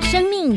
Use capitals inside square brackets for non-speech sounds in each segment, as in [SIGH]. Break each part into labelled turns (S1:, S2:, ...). S1: 生命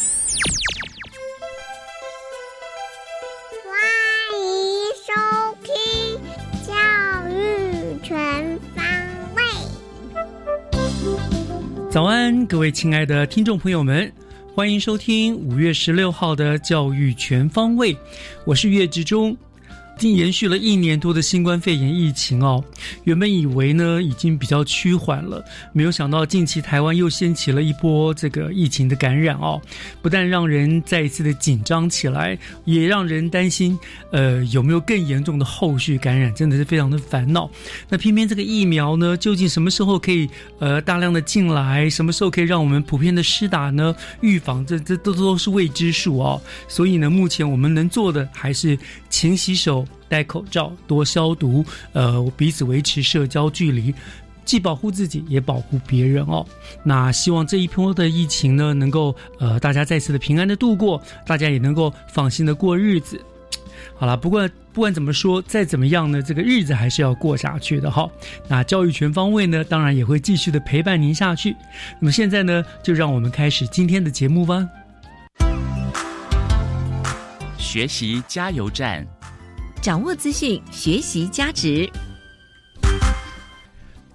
S2: 欢迎收听《教育全方位》。
S3: 早安，各位亲爱的听众朋友们，欢迎收听五月十六号的《教育全方位》，我是岳志忠。已经延续了一年多的新冠肺炎疫情哦，原本以为呢已经比较趋缓了，没有想到近期台湾又掀起了一波这个疫情的感染哦，不但让人再一次的紧张起来，也让人担心，呃有没有更严重的后续感染，真的是非常的烦恼。那偏偏这个疫苗呢，究竟什么时候可以呃大量的进来，什么时候可以让我们普遍的施打呢？预防这这都都是未知数哦。所以呢，目前我们能做的还是勤洗手、戴口罩、多消毒，呃，彼此维持社交距离。既保护自己，也保护别人哦。那希望这一波的疫情呢，能够呃大家再次的平安的度过，大家也能够放心的过日子。好啦，不过不管怎么说，再怎么样呢，这个日子还是要过下去的哈。那教育全方位呢，当然也会继续的陪伴您下去。那么现在呢，就让我们开始今天的节目吧。
S4: 学习加油站，
S5: 掌握资讯，学习加值。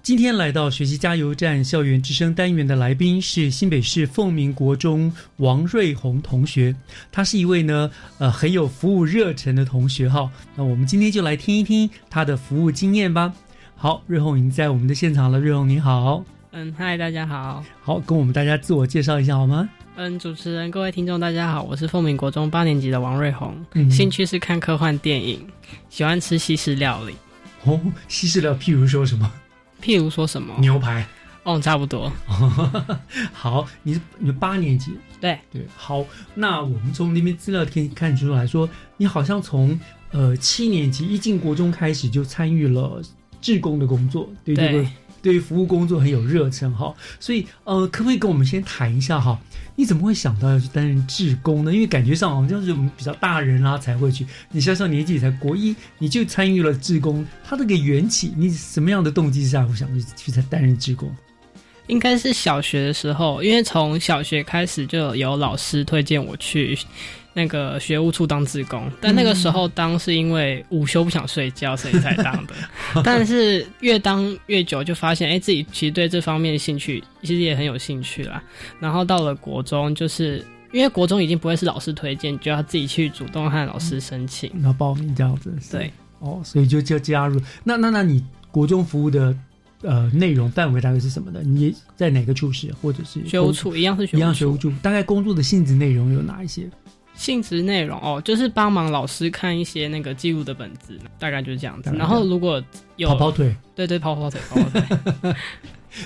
S3: 今天来到学习加油站校园之声单元的来宾是新北市凤鸣国中王瑞红同学，他是一位呢呃很有服务热忱的同学哈。那我们今天就来听一听他的服务经验吧。好，瑞红已经在我们的现场了，瑞红你好，
S6: 嗯，嗨，大家好。
S3: 好跟我们大家自我介绍一下好吗？
S6: 嗯，主持人、各位听众，大家好，我是凤鸣国中八年级的王瑞红，
S3: 嗯
S6: 兴趣是看科幻电影，喜欢吃西式料理，
S3: 哦，西式料，譬如说什么
S6: 譬如说什么？
S3: 牛排。
S6: 哦，差不多。
S3: [LAUGHS] 好，你是你八年级，
S6: 对
S3: 对，好，那我们从那边资料可以看出来说，你好像从呃七年级一进国中开始就参与了志工的工作，对这个
S6: 对
S3: 对于服务工作很有热忱哈，所以呃，可不可以跟我们先谈一下哈？你怎么会想到要去担任志工呢？因为感觉上好像是我们比较大人啦、才会去，你小小年纪才国一你就参与了志工，它这个缘起，你什么样的动机下会想去去才担任志工？
S6: 应该是小学的时候，因为从小学开始就有老师推荐我去那个学务处当志工，但那个时候当是因为午休不想睡觉，所以才当的。但是越当越久，就发现哎、诶自己其实对这方面的兴趣其实也很有兴趣啦。然后到了国中，就是因为国中已经不会是老师推荐，就要自己去主动和老师申请。
S3: 然后报名这样子。是
S6: 对，
S3: 哦，所以就就加入。那那那你国中服务的呃内容范围大概是什么的？你在哪个处室或者是
S6: 学务处一样是学
S3: 一
S6: 务
S3: 样学
S6: 处
S3: 务，处？大概工作的性质内容有哪一些？
S6: 性质内容哦，就是帮忙老师看一些那个记录的本子，大概就是这样
S3: 大概
S6: 子。然后如果有
S3: 跑跑腿，
S6: 对对跑跑腿跑
S3: [LAUGHS]
S6: 跑腿，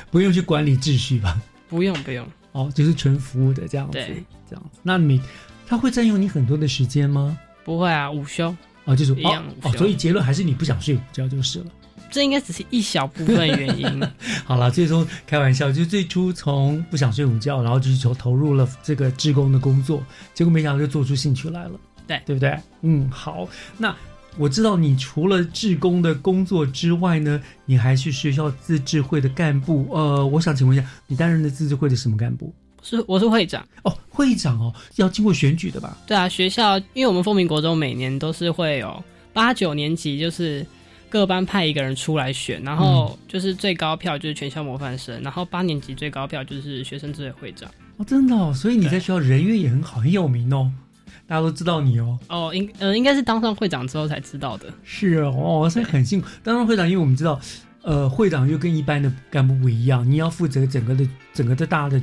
S3: 不用去管理秩序吧？ [LAUGHS]
S6: 不用不用，
S3: 哦，就是纯服务的这样子
S6: 对，
S3: 这样子。那你他会占用你很多的时间吗？
S6: 不会啊，午休
S3: 哦，就是
S6: 一
S3: 哦
S6: 样
S3: 哦，所以结论还是你不想睡午觉就是了。
S6: 这应该只是一小部分原
S3: [LAUGHS]
S6: 因。
S3: 好了，最终开玩笑，就最初从不想睡午觉，然后就是投投入了这个志工的工作，结果没想到就做出兴趣来了，
S6: 对
S3: 对不对？嗯，好，那我知道你除了志工的工作之外呢，你还是学校自治会的干部。呃，我想请问一下，你担任的自治会的什么干部？
S6: 是我是会长，
S3: 哦，会长哦，要经过选举的吧？
S6: 对啊，学校因为我们凤鸣国中每年都是会有八九年级就是各班派一个人出来选，然
S3: 嗯
S6: 后就是最高票就是全校模范生，然后八年级最高票就是学生自委会长。
S3: 哦，真的哦，所以你在学校人缘也很好，很有名哦，大家都知道你哦。
S6: 哦，应呃应该是当上会长之后才知道的。
S3: 是哦，哦所以很辛苦。当然，会长，因为我们知道，呃，会长又跟一般的干部不一样，你要负责整个的整个的大的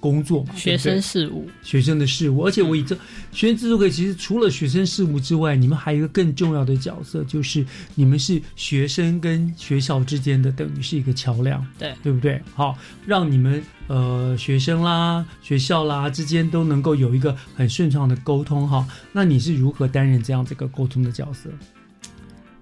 S3: 工作嘛，
S6: 学
S3: 对
S6: 生嗯
S3: 不对
S6: 事务，
S3: 学生的事务。而且我以这学生自助会，其实除了学生事务之外，你们还有一个更重要的角色，就是你们是学生跟学校之间的，等于是一个桥梁，
S6: 对
S3: 对不对？好，让你们呃学生啦、学校啦之间都能够有一个很顺畅的沟通哈。那你是如何担任这样这个沟通的角色？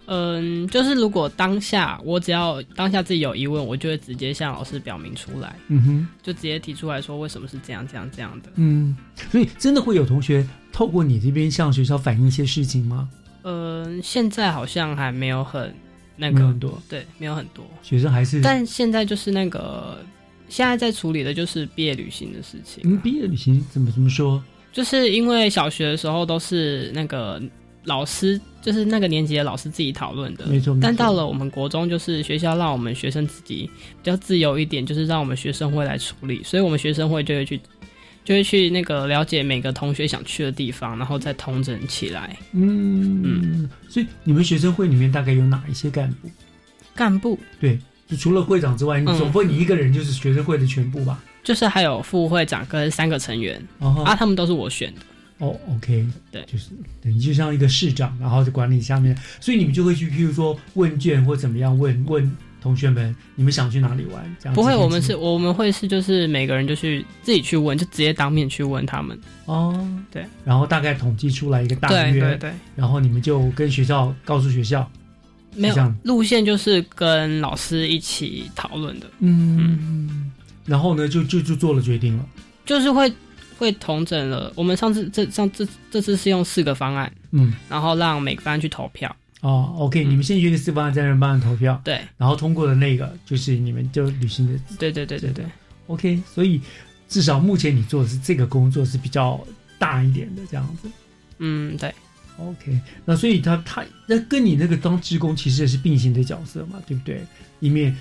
S6: 嗯，就是如果当下我只要当下自己有疑问，我就会直接向老师表明出来，
S3: 嗯哼。
S6: 就直接提出来说为什么是这样这样这样的。
S3: 嗯，所以真的会有同学透过你这边向学校反映一些事情吗？
S6: 嗯，现在好像还没有很那
S3: 没有
S6: 个
S3: 很，多
S6: 对，没有很多。
S3: 嗯学生还是
S6: 但现在就是那个，现在在处理的就是毕业旅行的事情、啊
S3: 嗯毕业旅行怎么怎么说？
S6: 就是因为小学的时候都是那个老师，就是那个年级的老师自己讨论的，
S3: 没错没错
S6: 但呃到了我们国中，就是学校让我们学生自己比较自由一点，就是让我们学生会来处理，所以我们学生会就会去。就会去那个了解每个同学想去的地方，然后再统整起来。
S3: 嗯嗯，所以你们学生会里面大概有哪一些干部？
S6: 干部
S3: 对，就除了会长之外，你
S6: 嗯
S3: 总不会你一个人就是学生会的全部吧？
S6: 就是还有副会长跟三个成员
S3: 哦、
S6: 啊，他们都是我选的。
S3: 哦，OK，
S6: 对
S3: 就是等于就像一个市长，然后就管理下面，所以你们就会去，譬如说问卷或怎么样问问同学们，你们想去哪里玩？这样
S6: 不会，
S3: 几天
S6: 我们
S3: 几
S6: 是我们会是就是每个人就去自己去问，就直接当面去问他们。
S3: 哦，
S6: 对，
S3: 然后大概统计出来一个大约，
S6: 对，
S3: 然后你们就跟学校告诉学校，
S6: 没
S3: 这
S6: 有
S3: 样
S6: 路线就是跟老师一起讨论的，
S3: 嗯，然后呢就就就做了决定了，
S6: 就是会会统整了。我们上次这上这这次是用四个方案，
S3: 嗯，
S6: 然后让每个班去投票。
S3: 哦，OK，、
S6: 嗯
S3: 你们先决定四方案，再让班投票，
S6: 对
S3: 然后通过的那个就是你们就履行的
S6: 对对对对对，
S3: OK，所以至少目前你做的是这个工作是比较大一点的这样子
S6: 嗯对，
S3: ，OK，那所以他他那跟你那个当职工其实也是并行的角色嘛，对不对？一面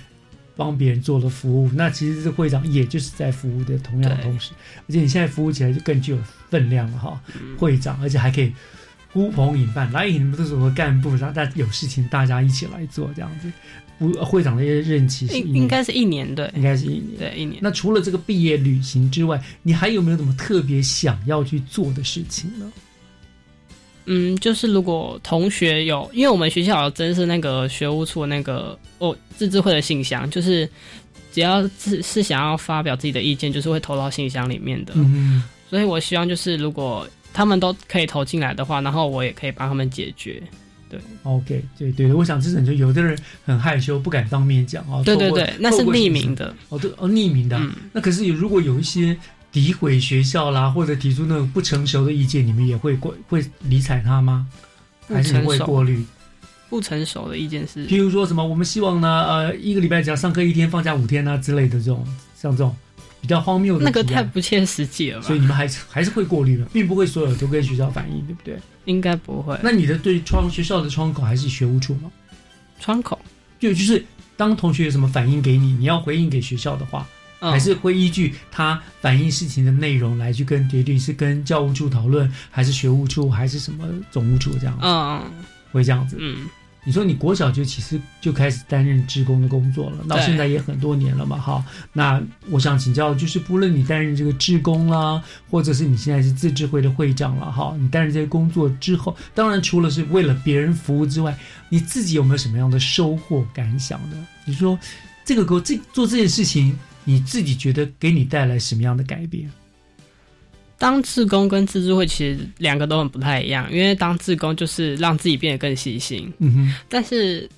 S3: 帮别人做了服务，那其实是会长也就是在服务的同样的
S6: 对
S3: 同时，而且你现在服务起来就更具有分量了哈，会长，而且还可以呼朋引伴，来你们这组的干部，然后大家有事情大家一起来做这样子。不，会长的任期是一
S6: 应
S3: 年
S6: 应该是一年对
S3: 应该是一年。
S6: 对一年。
S3: 那除了这个毕业旅行之外，你还有没有什么特别想要去做的事情呢？
S6: 嗯，就是如果同学有，因为我们学校有真是那个学务处的那个哦自治会的信箱，就是只要是是想要发表自己的意见，就是会投到信箱里面的。
S3: 嗯，
S6: 所以我希望就是如果他们都可以投进来的话，然后我也可以帮他们解决。
S3: OK，对对，我想这种就有的人很害羞，不敢当面讲啊。
S6: 对
S3: 透
S6: 对
S3: 过
S6: 对，那是
S3: 透过
S6: 匿
S3: 信
S6: 名的。
S3: 哦，对哦，匿名的啊。
S6: 嗯，
S3: 那可是有如果有一些诋毁学校啦，或者提出那种不成熟的意见，你们也会过会理睬他吗？还是你
S6: 不
S3: 会
S6: 成熟
S3: 过滤？
S6: 不成熟的意见是，
S3: 譬如说什么，我们希望呢，呃，一个礼拜只要上课一天，放假五天啊之类的这种，像这种比较荒谬的
S6: 那个
S3: 提
S6: 太
S3: 案
S6: 不切实际了吧
S3: 所以？你们还是还是会过滤的，并不会所有都跟学校反映，对不对？
S6: 应该不会。
S3: 那你的对窗学校的窗口还是学务处吗？
S6: 窗口，
S3: 就就是当同学有什么反应给你，你要回应给学校的话，
S6: 嗯
S3: 还是会依据他反映事情的内容来去跟决定是跟教务处讨论，还是学务处，还是什么总务处这样，
S6: 嗯
S3: 会这样子。
S6: 嗯，
S3: 你说你国小就其实就开始担任职工的工作了，到
S6: 对
S3: 现在也很多年了嘛，哈。那我想请教，就是不论你担任这个职工啦，或者是你现在是自治会的会长了，哈，你担任这些工作之后，当然除了是为了别人服务之外，你自己有没有什么样的收获感想呢？你说这个工这做这件事情，你自己觉得给你带来什么样的改变？
S6: 当志工跟自助会其实两个都很不太一样，因为当志工就是让自己变得更细心，
S3: 嗯哼，
S6: 但是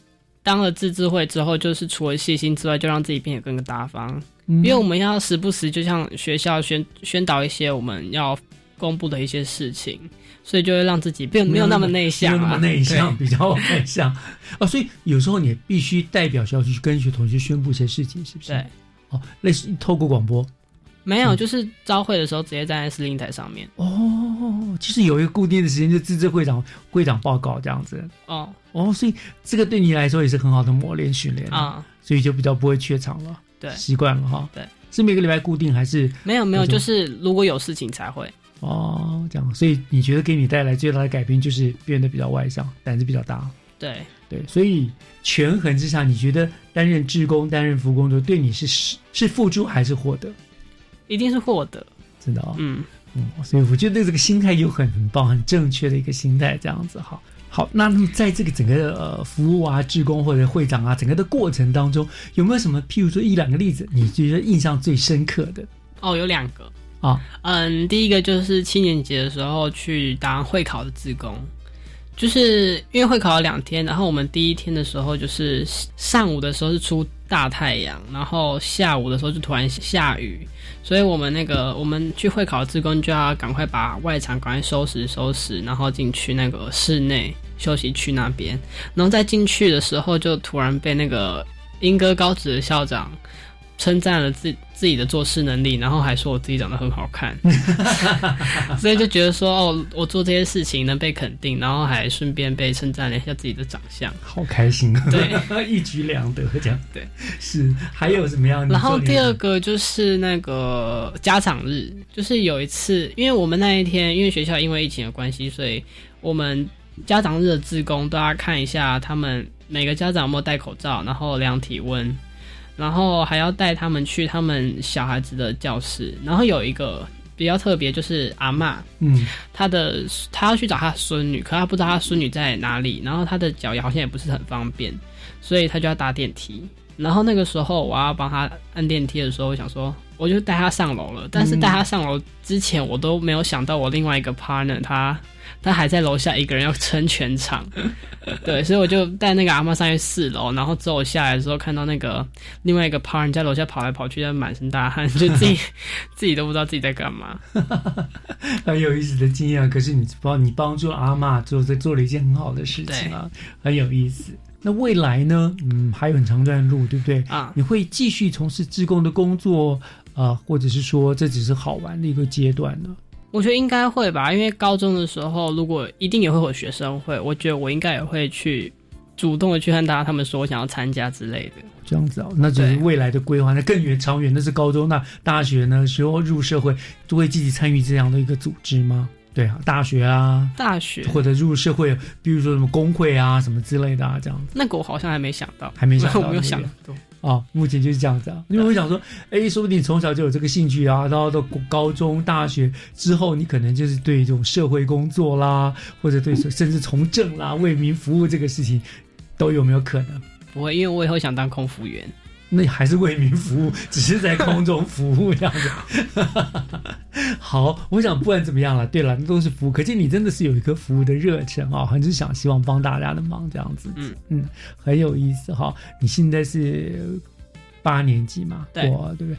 S6: 当了自治会之后，就是除了细心之外，就让自己变得更大方，
S3: 因
S6: 因为我们要时不时就向学校宣宣导一些我们要公布的一些事情，所以就会让自己变
S3: 没
S6: 没
S3: 有
S6: 有
S3: 那
S6: 那
S3: 么
S6: 么内向、啊，
S3: 没有那么内向，
S6: 对。
S3: 比较外向哦，所以有时候你必须代表学校去跟学同学宣布一些事情，是不是？
S6: 对，
S3: 哦，类似透过广播，
S6: 没有，就是招会的时候直接站在司令台上面。
S3: 哦，就是有一个固定的时间，就自治会长会长报告这样子。
S6: 哦
S3: 哦，所以这个对你来说也是很好的磨练训练，
S6: 啊，
S3: 所以就比较不会怯场了，
S6: 对，
S3: 习惯了哈。
S6: 对，
S3: 是每个礼拜固定还是
S6: 没有没有，
S3: 那种
S6: 就是如果有事情才会。
S3: 哦这样？所以你觉得给你带来最大的改变就是变得比较外向，胆子比较大。
S6: 对，
S3: 对，所以权衡之下，你觉得担任志工、担任服工作对你是是是付出还是获得？
S6: 一定是获得。
S3: 真的哦，
S6: 嗯，
S3: 嗯，所以我觉得这个心态又很很棒、很正确的一个心态，这样子哈。好，那么在这个整个呃服务啊、志工或者会长啊，整个的过程当中，有没有什么譬如说一两个例子，你觉得印象最深刻的
S6: 哦，有两个。
S3: 啊？
S6: 嗯，第一个就是七年级的时候去当会考的志工，就是因为会考了两天，然后我们第一天的时候就是上午的时候是出大太阳，然后下午的时候就突然下雨，所以我们那个我们去会考的志工就要赶快把外场赶快收拾收拾，然后进去那个室内休息区那边，然后再进去的时候就突然被那个英歌高职的校长。称赞了自自己的做事能力，然后还说我自己长得很好看，所以就觉得说哦，我做这些事情能被肯定，然后还顺便被称赞了一下自己的长相。
S3: 好开心啊！
S6: 对，
S3: [LAUGHS] 一举两得这样。
S6: 对，
S3: 是还有什么样？
S6: 然后
S3: 啊你说你
S6: 第二个就是那个家长日，就是有一次，因为我们那一天，因为学校因为疫情的关系，所以我们家长日的志工都要看一下他们每个家长有没有戴口罩，然后量体温，然后还要带他们去他们小孩子的教室。然后有一个比较特别，就是阿嬷。
S3: 嗯，
S6: 他的他要去找他的孙女，可他不知道他孙女在哪里，然后他的脚也好像也不是很方便，所以他就要搭电梯。然后那个时候我要帮他按电梯的时候，我想说我就带他上楼了，但是带他上楼之前，我都没有想到我另外一个 partner 他他还在楼下一个人要撑全场， [LAUGHS] 对，所以我就带那个阿妈上去四楼，然后之后我下来的时候看到那个另外一个 partner 在楼下跑来跑去，在满身大汗，就自己 [LAUGHS] 自己都不知道自己在干嘛。
S3: 很有意思的经验啊。可是你帮你帮助阿嬷做这做了一件很好的事情啊，很有意思。那未来呢？嗯，还有很长段路，对不对？
S6: 啊
S3: 你会继续从事志工的工作啊、呃或者是说这只是好玩的一个阶段呢？
S6: 我觉得应该会吧，因为高中的时候，如果一定也会有学生会，我觉得我应该也会去主动的去和大家他们说我想要参加之类的。
S3: 这样子哦，那就是未来的规划，那更远长远，那是高中，那大学呢？时候入社会都会积极参与这样的一个组织吗？对啊，大学啊，
S6: 大学
S3: 或者入社会，比如说什么工会啊，什么之类的啊，这样子。
S6: 那个我好像还没想到，
S3: 还没想到
S6: [LAUGHS] 我没有想
S3: 对
S6: 到。
S3: 哦，目前就是这样子啊。因为我想说，哎，说不定从小就有这个兴趣啊，然后到高中、大学之后，你可能就是对这种社会工作啦，或者对甚至从政啦、为民服务这个事情，都有没有可能？
S6: 不会，因为我以后想当空服员。
S3: 那还是为民服务，只是在空中服务这样子。 [LAUGHS] 好，我想不管怎么样了，对了，那都是服务，可见你真的是有一颗服务的热忱啊、很是想希望帮大家的忙这样子。
S6: 嗯
S3: 嗯，很有意思哈、你现在是八年级嘛？
S6: 对
S3: 我对不对？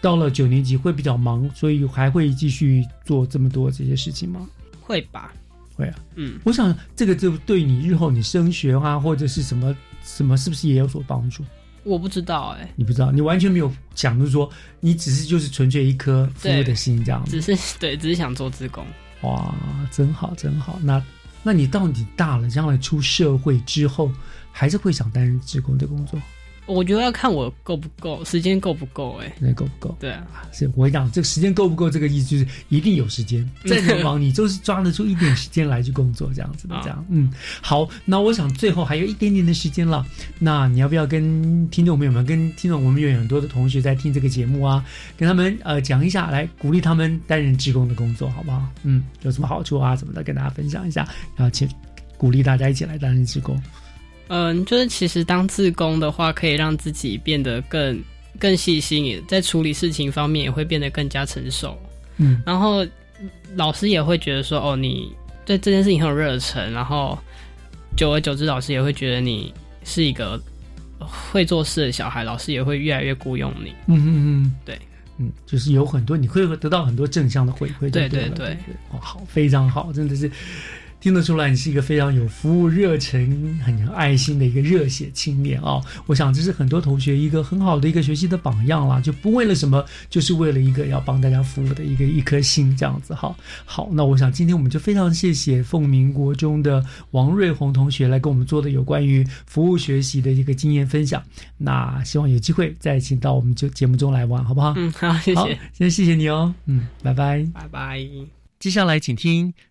S3: 到了九年级会比较忙，所以还会继续做这么多这些事情吗？
S6: 会吧？
S3: 会啊。
S6: 嗯，
S3: 我想这个就对你日后你升学啊，或者是什么什么，是不是也有所帮助？
S6: 我不知道哎、
S3: 你不知道，你完全没有想，就是说你只是就是纯粹一颗服务的心这样子
S6: 只。是 [LAUGHS] 对，只是想做自工。
S3: 哇，真好，真好。那那你到你大了，将来出社会之后，还是会想担任职工的工作，
S6: 我觉得要看我够不够，时间够不够哎、
S3: 那够不够？
S6: 对啊，
S3: 是我跟你讲，这个时间够不够？这个意思就是一定有时间，再怎么忙，你就是抓得出一点时间来去工作，这样子的
S6: 啊，
S3: 这样，嗯，好，那我想最后还有一点点的时间了，那你要不要跟听众朋友们、跟听众我们有很多的同学在听这个节目啊，跟他们呃讲一下，来鼓励他们担任职工的工作，好不好？嗯，有什么好处啊什么的，跟大家分享一下，然后请鼓励大家一起来担任职工，
S6: 嗯，就是其实当自工的话，可以让自己变得更更细心，也在处理事情方面也会变得更加成熟。
S3: 嗯，
S6: 然后嗯老师也会觉得说，哦，你对这件事情很有热忱，然后久而久之，老师也会觉得你是一个会做事的小孩，老师也会越来越雇佣你。
S3: 嗯嗯嗯，
S6: 对，
S3: 嗯，就是有很多你会得到很多正向的回馈就
S6: 对
S3: 对了，
S6: 对对
S3: 哦，好，非常好，真的是听得出来你是一个非常有服务热忱、很有爱心的一个热血青年哦。我想这是很多同学一个很好的一个学习的榜样啦，就不为了什么，就是为了一个要帮大家服务的一个一颗心这样子哈。好，那我想今天我们就非常谢谢凤鸣国中的王瑞红同学来跟我们做的有关于服务学习的一个经验分享。那希望有机会再请到我们就节目中来玩，好不好？
S6: 嗯，好，谢
S3: 好
S6: 谢，，
S3: 先谢谢你哦，嗯，拜拜。
S6: 拜拜。
S3: 接下来请听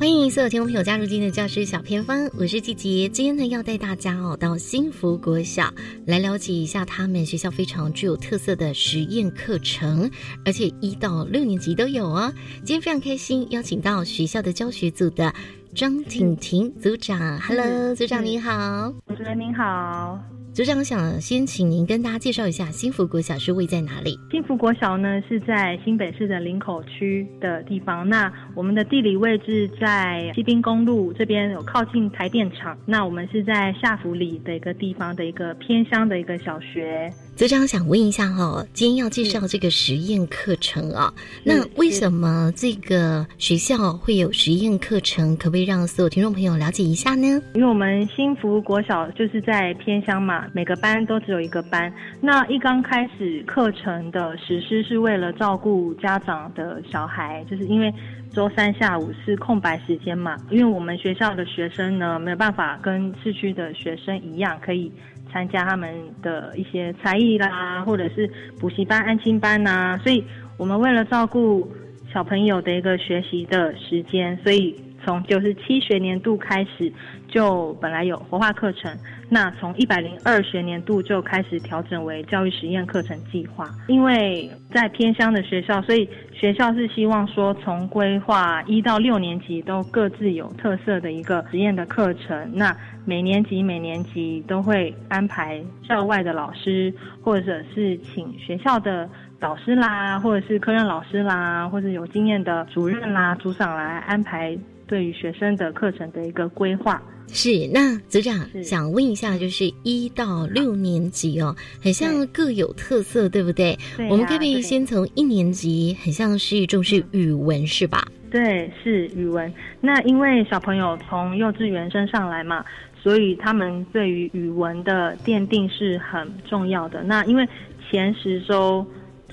S7: 欢迎所有听众朋友加入今天的教师小偏方，我是季杰。今天呢，要带大家哦到幸福国小来了解一下他们学校非常具有特色的实验课程，而且一到六年级都有哦。今天非常开心，邀请到学校的教学组的张婷婷组长。Hello，组长你好。
S8: 主持人您好，
S7: 组长，我想先请您跟大家介绍一下幸福国小是位在哪里？
S8: 幸福国小呢是在新北市的林口区的地方。那我们的地理位置在西滨公路这边，有靠近台电厂。那我们是在下福里的一个地方的一个偏乡的一个小学。
S7: 组长想问一下哦，今天要介绍这个实验课程啊、
S8: 嗯
S7: 那
S8: 是
S7: 为什么这个学校会有实验课程？可不可以让所有听众朋友了解一下呢？
S8: 因为我们新福国小就是在偏乡嘛，每个班都只有一个班。那一刚开始课程的实施是为了照顾家长的小孩，就是因为周三下午是空白时间嘛，因为我们学校的学生呢没有办法跟市区的学生一样可以。参加他们的一些才艺啦，或者是补习班、安亲班呐、所以我们为了照顾小朋友的一个学习的时间，所以从九十七学年度开始，就本来有活化课程，那从一百零二学年度就开始调整为教育实验课程计划。因为在偏乡的学校，所以学校是希望说从规划一到六年级都各自有特色的一个实验的课程。那每年级每年级都会安排校外的老师，或者是请学校的老师啦，或者是科任老师啦，或者有经验的主任啦、组长来安排对于学生的课程的一个规划。
S7: 是，那组长
S8: 是
S7: 想问一下，就是一到六年级哦，很像各有特色，对不对？
S8: 对呀
S7: 我们可不可以
S8: 对
S7: 先从一年级，很像是重视语文，是吧？
S8: 对，是语文。那因为小朋友从幼稚园升上来嘛，所以他们对于语文的奠定是很重要的。那因为前十周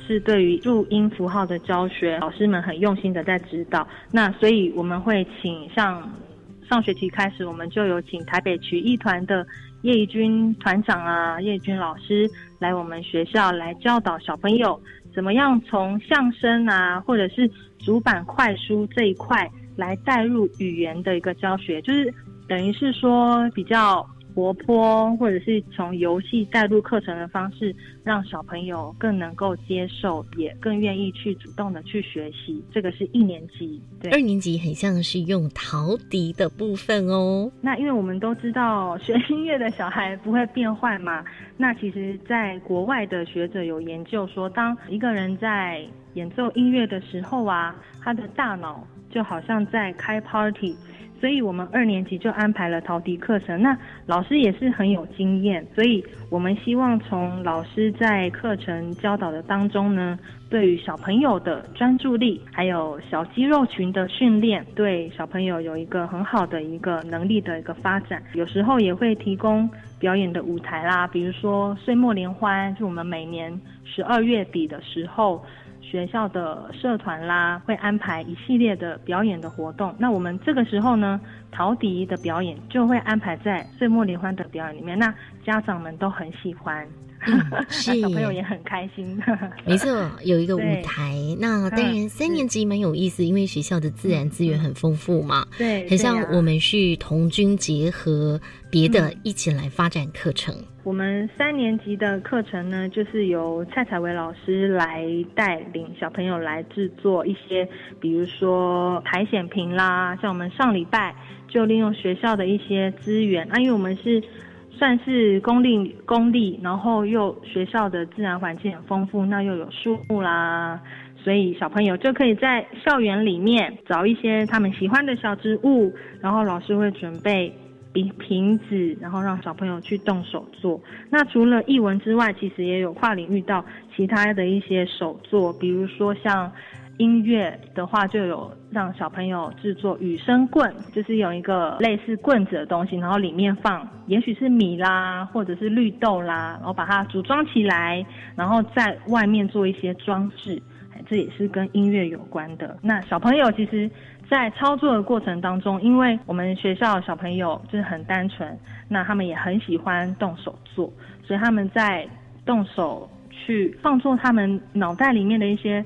S8: 是对于注音符号的教学，老师们很用心的在指导。那所以我们会请像上学期开始，我们就有请台北曲艺团的叶怡君团长啊、叶怡君老师来我们学校来教导小朋友怎么样从相声啊，或者是主板快书这一块来带入语言的一个教学，就是等于是说比较活泼，或者是从游戏带入课程的方式，让小朋友更能够接受，也更愿意去主动的去学习。这个是一年级，对
S7: 二。年级很像是用陶笛的部分哦。
S8: 那因为我们都知道学音乐的小孩不会变坏嘛，那其实，在国外的学者有研究说，当一个人在演奏音乐的时候啊，他的大脑就好像在开 party，所以我们二年级就安排了陶笛课程。那老师也是很有经验，所以我们希望从老师在课程教导的当中呢，对于小朋友的专注力，还有小肌肉群的训练，对小朋友有一个很好的一个能力的一个发展。有时候也会提供表演的舞台啦，比如说岁末联欢，就我们每年十二月底的时候。学校的社团啦，会安排一系列的表演的活动。那我们这个时候呢，陶笛的表演就会安排在岁末联欢的表演里面。那家长们都很喜欢，
S7: 嗯
S8: [LAUGHS]
S7: 是
S8: 小朋友也很开心。 [LAUGHS]
S7: 没错，有一个舞
S8: 对
S7: 台。那当然，
S8: 嗯
S7: 三
S8: 是
S7: 年级蛮有意思，因为学校的自然资源很丰富嘛，
S8: 对，
S7: 很
S8: 对
S7: 像
S8: 呀
S7: 我们是同军结合别的
S8: 嗯
S7: 一起来发展课程。
S8: 我们三年级的课程呢，就是由蔡彩薇老师来带领小朋友来制作一些，比如说苔藓瓶啦，像我们上礼拜就利用学校的一些资源，啊，因为我们是算是公立公立，然后又学校的自然环境很丰富，那又有树木啦。所以小朋友就可以在校园里面找一些他们喜欢的小植物，然后老师会准备瓶瓶子，然后让小朋友去动手做。那除了译文之外，其实也有跨领域到其他的一些手作，比如说像。音乐的话，就有让小朋友制作雨声棍，就是有一个类似棍子的东西，然后里面放也许是米啦，或者是绿豆啦，然后把它组装起来，然后在外面做一些装置，哎这也是跟音乐有关的。那小朋友其实，在操作的过程当中，因为我们学校小朋友就是很单纯，那他们也很喜欢动手做，所以他们在动手去放纵他们脑袋里面的一些。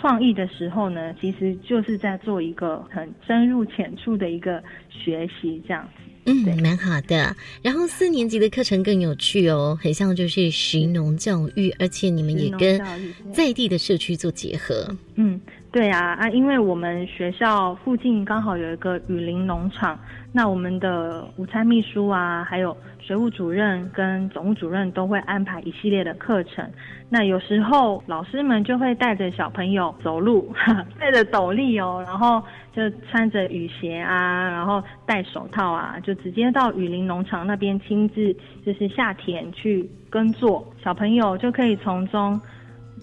S8: 创意的时候呢，其实就是在做一个很深入浅出的一个学习，这样子。对
S7: 嗯，蛮好的。然后四年级的课程更有趣哦，很像就是食农教育，而且你们也
S8: 职能
S7: 跟
S8: 教育对
S7: 在地的社区做结合。
S8: 嗯，对啊，啊，因为我们学校附近刚好有一个雨林农场，那我们的午餐秘书啊，还有学务主任跟总务主任都会安排一系列的课程。那有时候老师们就会带着小朋友走路， [LAUGHS] 带着斗笠哦，然后就穿着雨鞋啊，然后戴手套啊，就直接到雨林农场那边亲自就是下田去耕作，小朋友就可以从中。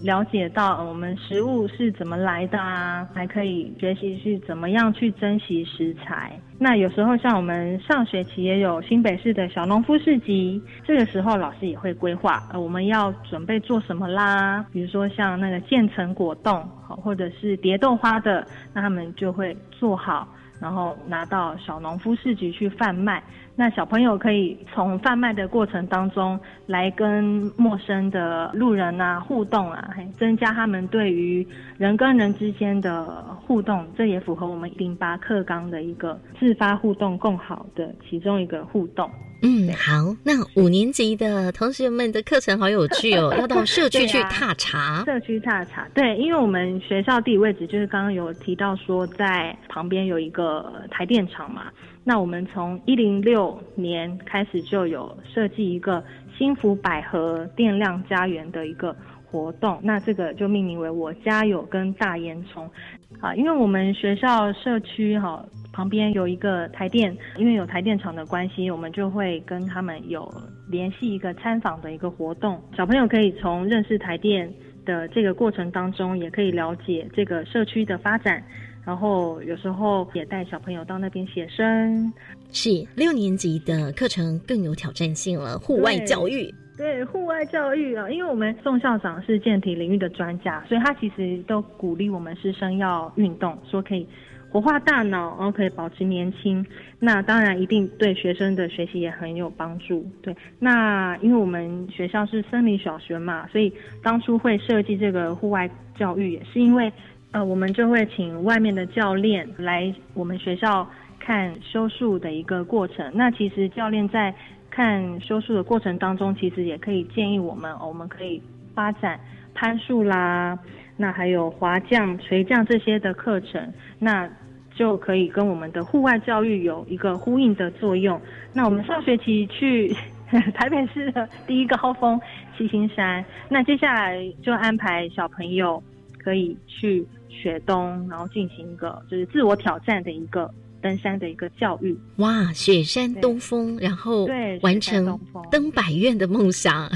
S8: 了解到呃我们食物是怎么来的啊，还可以学习去怎么样去珍惜食材。那有时候像我们上学期也有新北市的小农夫市集，这个时候老师也会规划，呃，我们要准备做什么啦？比如说像那个渐层果冻，好或者是蝶豆花的，那他们就会做好，然后拿到小农夫市集去贩卖。那小朋友可以从贩卖的过程当中来跟陌生的路人啊互动啊，嘿增加他们对于人跟人之间的互动，这也符合我们零八课纲的一个自发互动共好的其中一个互动。
S7: 嗯，好。那五年级的同学们的课程好有趣
S8: [LAUGHS]
S7: 哦，要到社区去
S8: 对啊
S7: 踏查。
S8: 社区踏查，对，因为我们学校地理位置就是刚刚有提到说，在旁边有一个台电厂嘛。那我们从一零六年开始就有设计一个新福百合电量家园的一个活动，那这个就命名为我家有跟大烟囱啊，因为我们学校社区哈、旁边有一个台电，因为有台电厂的关系，我们就会跟他们有联系一个参访的一个活动，小朋友可以从认识台电的这个过程当中，也可以了解这个社区的发展。然后有时候也带小朋友到那边写生，
S7: 是六年级的课程更有挑战性了，户外
S8: 对
S7: 教育。
S8: 对户外教育啊，因为我们宋校长是健体领域的专家，所以他其实都鼓励我们师生要运动，说可以活化大脑，然后可以保持年轻。那当然一定对学生的学习也很有帮助。对，那因为我们学校是森林小学嘛，所以当初会设计这个户外教育，也是因为呃，我们就会请外面的教练来我们学校看修树的一个过程。那其实教练在看修树的过程当中，其实也可以建议我们，哦我们可以发展攀树啦，那还有滑降、垂降这些的课程，那就可以跟我们的户外教育有一个呼应的作用。那我们上学期去 [LAUGHS] 台北市的第一高峰七星山，那接下来就安排小朋友可以去雪东，然后进行一个就是自我挑战的一个登山的一个教育。
S7: 哇，雪山
S8: 对
S7: 东风，然后
S8: 对
S7: 完
S8: 雪山
S7: 成
S8: 东风
S7: 登百院的梦
S8: [LAUGHS]
S7: 想。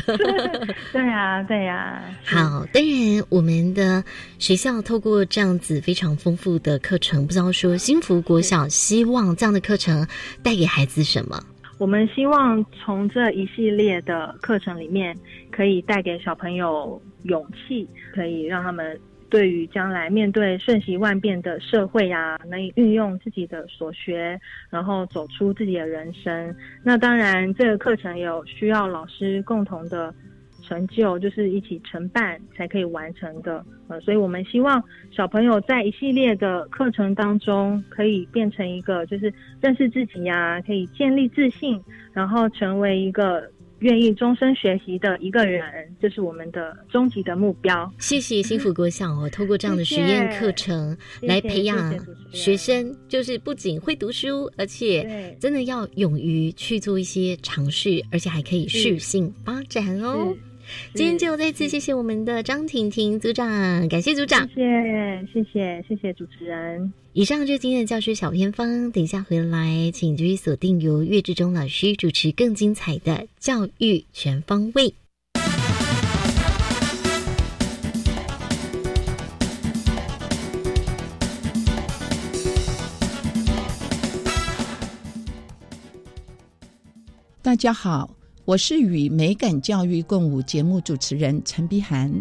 S8: 对啊，对啊，是
S7: 好，当然我们的学校透过这样子非常丰富的课程，不知道
S8: 嗯
S7: 说新福国小希望这样的课程带给孩子什么？
S8: 我们希望从这一系列的课程里面，可以带给小朋友勇气，可以让他们对于将来面对瞬息万变的社会呀、能以运用自己的所学，然后走出自己的人生。那当然，这个课程也有需要老师共同的成就，就是一起承办才可以完成的。呃，所以我们希望小朋友在一系列的课程当中，可以变成一个就是认识自己呀、可以建立自信，然后成为一个愿意终身学习的一个人，这是我们的终极的目标。
S7: 谢谢新福国小
S8: [LAUGHS]
S7: 哦，透过这样的实
S8: 谢谢
S7: 验课程
S8: 谢
S7: 来
S8: 谢
S7: 培养
S8: 谢谢主持人
S7: 学生，就是不仅会读书，而且
S8: 对
S7: 真的要勇于去做一些尝试，而且还可以
S8: 是
S7: 适性发展哦。
S8: 是
S7: 今天就再次谢谢我们的张婷婷组长，感谢组
S8: 嗯
S7: 长。
S9: 谢谢谢谢谢谢主持人。
S7: 以上就是今天的教师小偏方，等一下回来，请继续锁定由岳志忠老师主持更精彩的教育全方位。
S10: 大家好，我是与美感教育共舞节目主持人陈碧涵。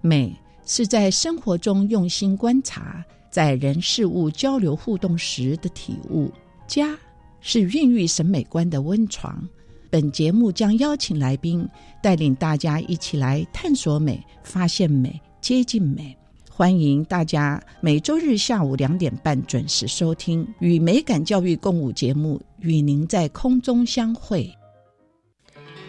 S10: 美是在生活中用心观察，在人事物交流互动时的体悟。家是孕育审美观的温床。本节目将邀请来宾带领大家一起来探索美、发现美、接近美。欢迎大家每周日下午两点半准时收听《与美感教育共舞》节目，与您在空中相会。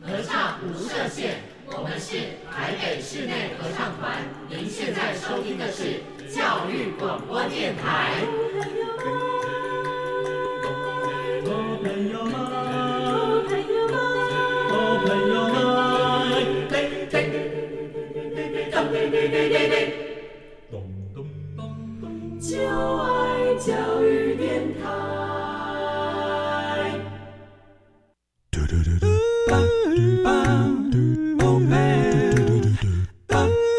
S11: 合唱不设限，我们是台北室内合唱团。您现在收听的是教育广播电台。就爱教育电台。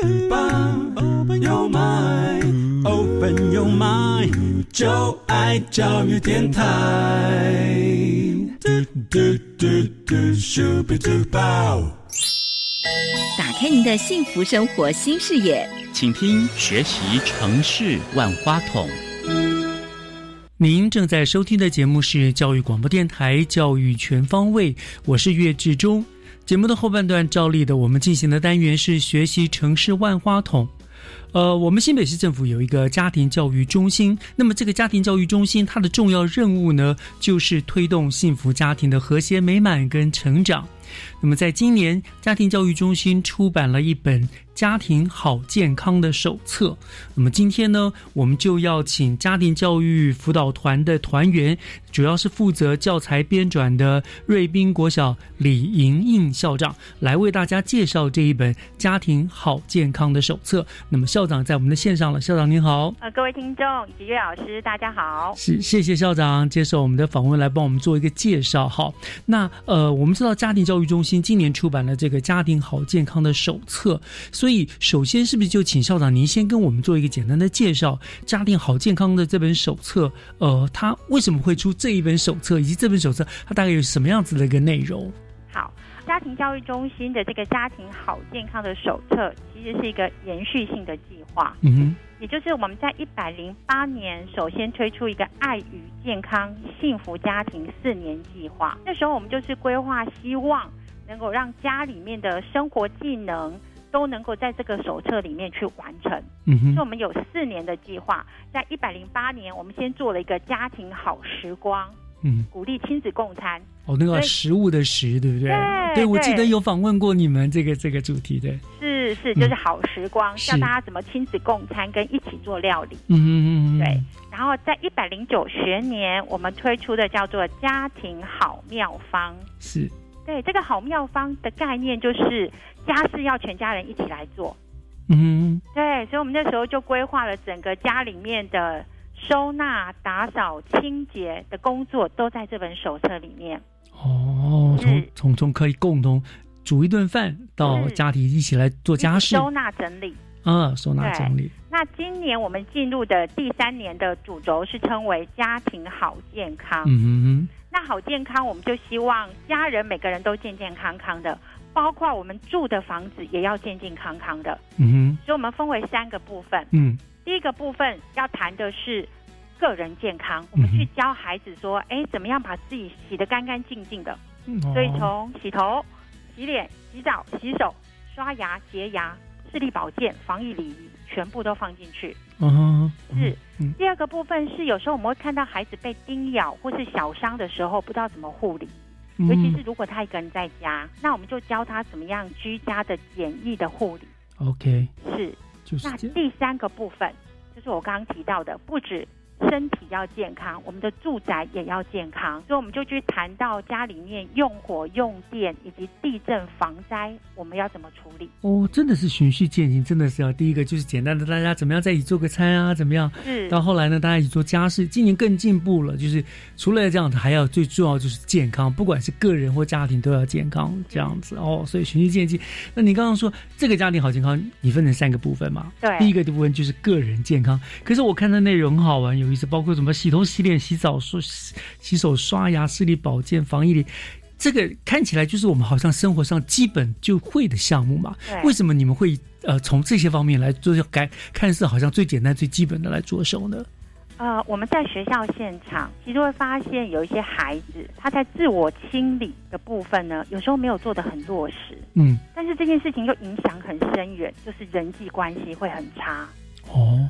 S12: Open your mind, open your mind，就爱教育电台。嘟嘟嘟嘟，Super Duper。
S5: 打开您的幸福生活新视野。
S4: 请听学习城市万花筒。
S3: 您正在收听的节目是教育广播电台《教育全方位》，我是岳志忠。节目的后半段照例的，我们进行的单元是学习城市万花筒。呃，我们新北市政府有一个家庭教育中心，那么这个家庭教育中心它的重要任务呢，就是推动幸福家庭的和谐美满跟成长。那么，在今年，家庭教育中心出版了一本《家庭好健康》的手册。那么今天呢，我们就要请家庭教育辅导团的团员，主要是负责教材编转的瑞滨国小李莹莹校长，来为大家介绍这一本《家庭好健康》的手册。那么校长在我们的线上了，校长您好。
S8: 呃，各位听众以及岳老师，大家好。
S3: 是，谢谢校长接受我们的访问，来帮我们做一个介绍。好，那呃，我们知道家庭教育中心今年出版了这个《家庭好健康》的手册，所以首先是不是就请校长您先跟我们做一个简单的介绍，《家庭好健康》的这本手册，呃，它为什么会出这一本手册，以及这本手册它大概有什么样子的一个内容？
S8: 好，家庭教育中心的这个家庭好健康的手册，其实是一个延续性的计划。
S3: 嗯哼，
S8: 也就是我们在一百零八年首先推出一个“爱与健康幸福家庭四年计划”。那时候我们就是规划，希望能够让家里面的生活技能都能够在这个手册里面去完成。
S3: 嗯
S8: 所以我
S3: 哼，
S8: 们有四年的计划，在一百零八年，我们先做了一个家庭好时光，
S3: 嗯，
S8: 鼓励亲子共餐。
S3: 哦，那个
S8: 对
S3: 食物的食，对不对？
S8: 对
S3: 我记得
S8: 对
S3: 有访问过你们这个这个主题对。
S8: 是是，
S3: 嗯
S8: 就是好时光，
S3: 是
S8: 教大家怎么亲子共餐跟一起做料理。
S3: 嗯嗯嗯，嗯
S8: 对，然后在一百零九学年，我们推出的叫做“家庭好妙方
S3: 是”。
S8: 对，这个好妙方的概念就是家事要全家人一起来做。
S3: 嗯
S8: 对，所以我们那时候就规划了整个家里面的收纳、打扫、清洁的工作都在这本手册里面。
S3: 哦，从
S8: 是
S3: 从从可以共同。煮一顿饭到
S8: 是
S3: 家里一起来做家事，
S8: 嗯收纳整理。
S3: 啊，收纳整理。
S8: 那今年我们进入的第三年的主轴是称为家庭好健康。
S3: 嗯哼
S8: 那好健康，我们就希望家人每个人都健健康康的，包括我们住的房子也要健健康康的。
S3: 哼，嗯
S8: 所以我们分为三个部分
S3: 哼，。嗯
S8: 第一个部分要谈的是个人健康，
S3: 嗯
S8: 我们去教孩子说，哎，怎么样把自己洗得干干净净的。
S3: 嗯
S8: 所以
S3: 哦
S8: 从洗头、洗脸、洗澡、洗手、刷牙、洁牙、视力保健、防疫礼仪，全部都放进去。
S3: 嗯
S8: 是
S3: 嗯
S8: 第二个部分是，有时候我们会看到孩子被叮咬或是小伤的时候，不知道怎么护理。
S3: 嗯
S8: 尤其是如果他一个人在家，那我们就教他怎么样居家的简易的护理。
S3: ，OK，
S8: 是，
S3: 就是
S8: 那第三个部分就是我刚刚提到的，不止身体要健康，我们的住宅也要健康，所以我们就去谈到家里面用火、用电以及地震防灾，我们要怎么处理？
S3: 哦，真的是循序渐进，真的是要第一个就是简单的，大家怎么样在一起做个餐啊，怎么样？
S8: 是
S3: 到后来呢，大家一起做家事。今年更进步了，就是除了这样，还要最重要就是健康，不管是个人或家庭都要健康，这样子
S8: 嗯
S3: 哦。所以循序渐进。那你刚刚说这个家庭好健康，你分成三个部分嘛？
S8: 对
S3: 第一个部分就是个人健康，可是我看的内容很好玩，有意思，包括什么洗头、洗脸、洗澡、刷洗洗手、刷牙、视力保健、防疫力。这个看起来就是我们好像生活上基本就会的项目嘛
S8: 对？
S3: 为什么你们会呃从这些方面来做改？看似好像最简单、最基本的来着手呢？
S8: 呃，我们在学校现场其实会发现有一些孩子他在自我清理的部分呢，有时候没有做得很落实，
S3: 嗯，
S8: 但是这件事情又影响很深远，就是人际关系会很差。
S3: 哦，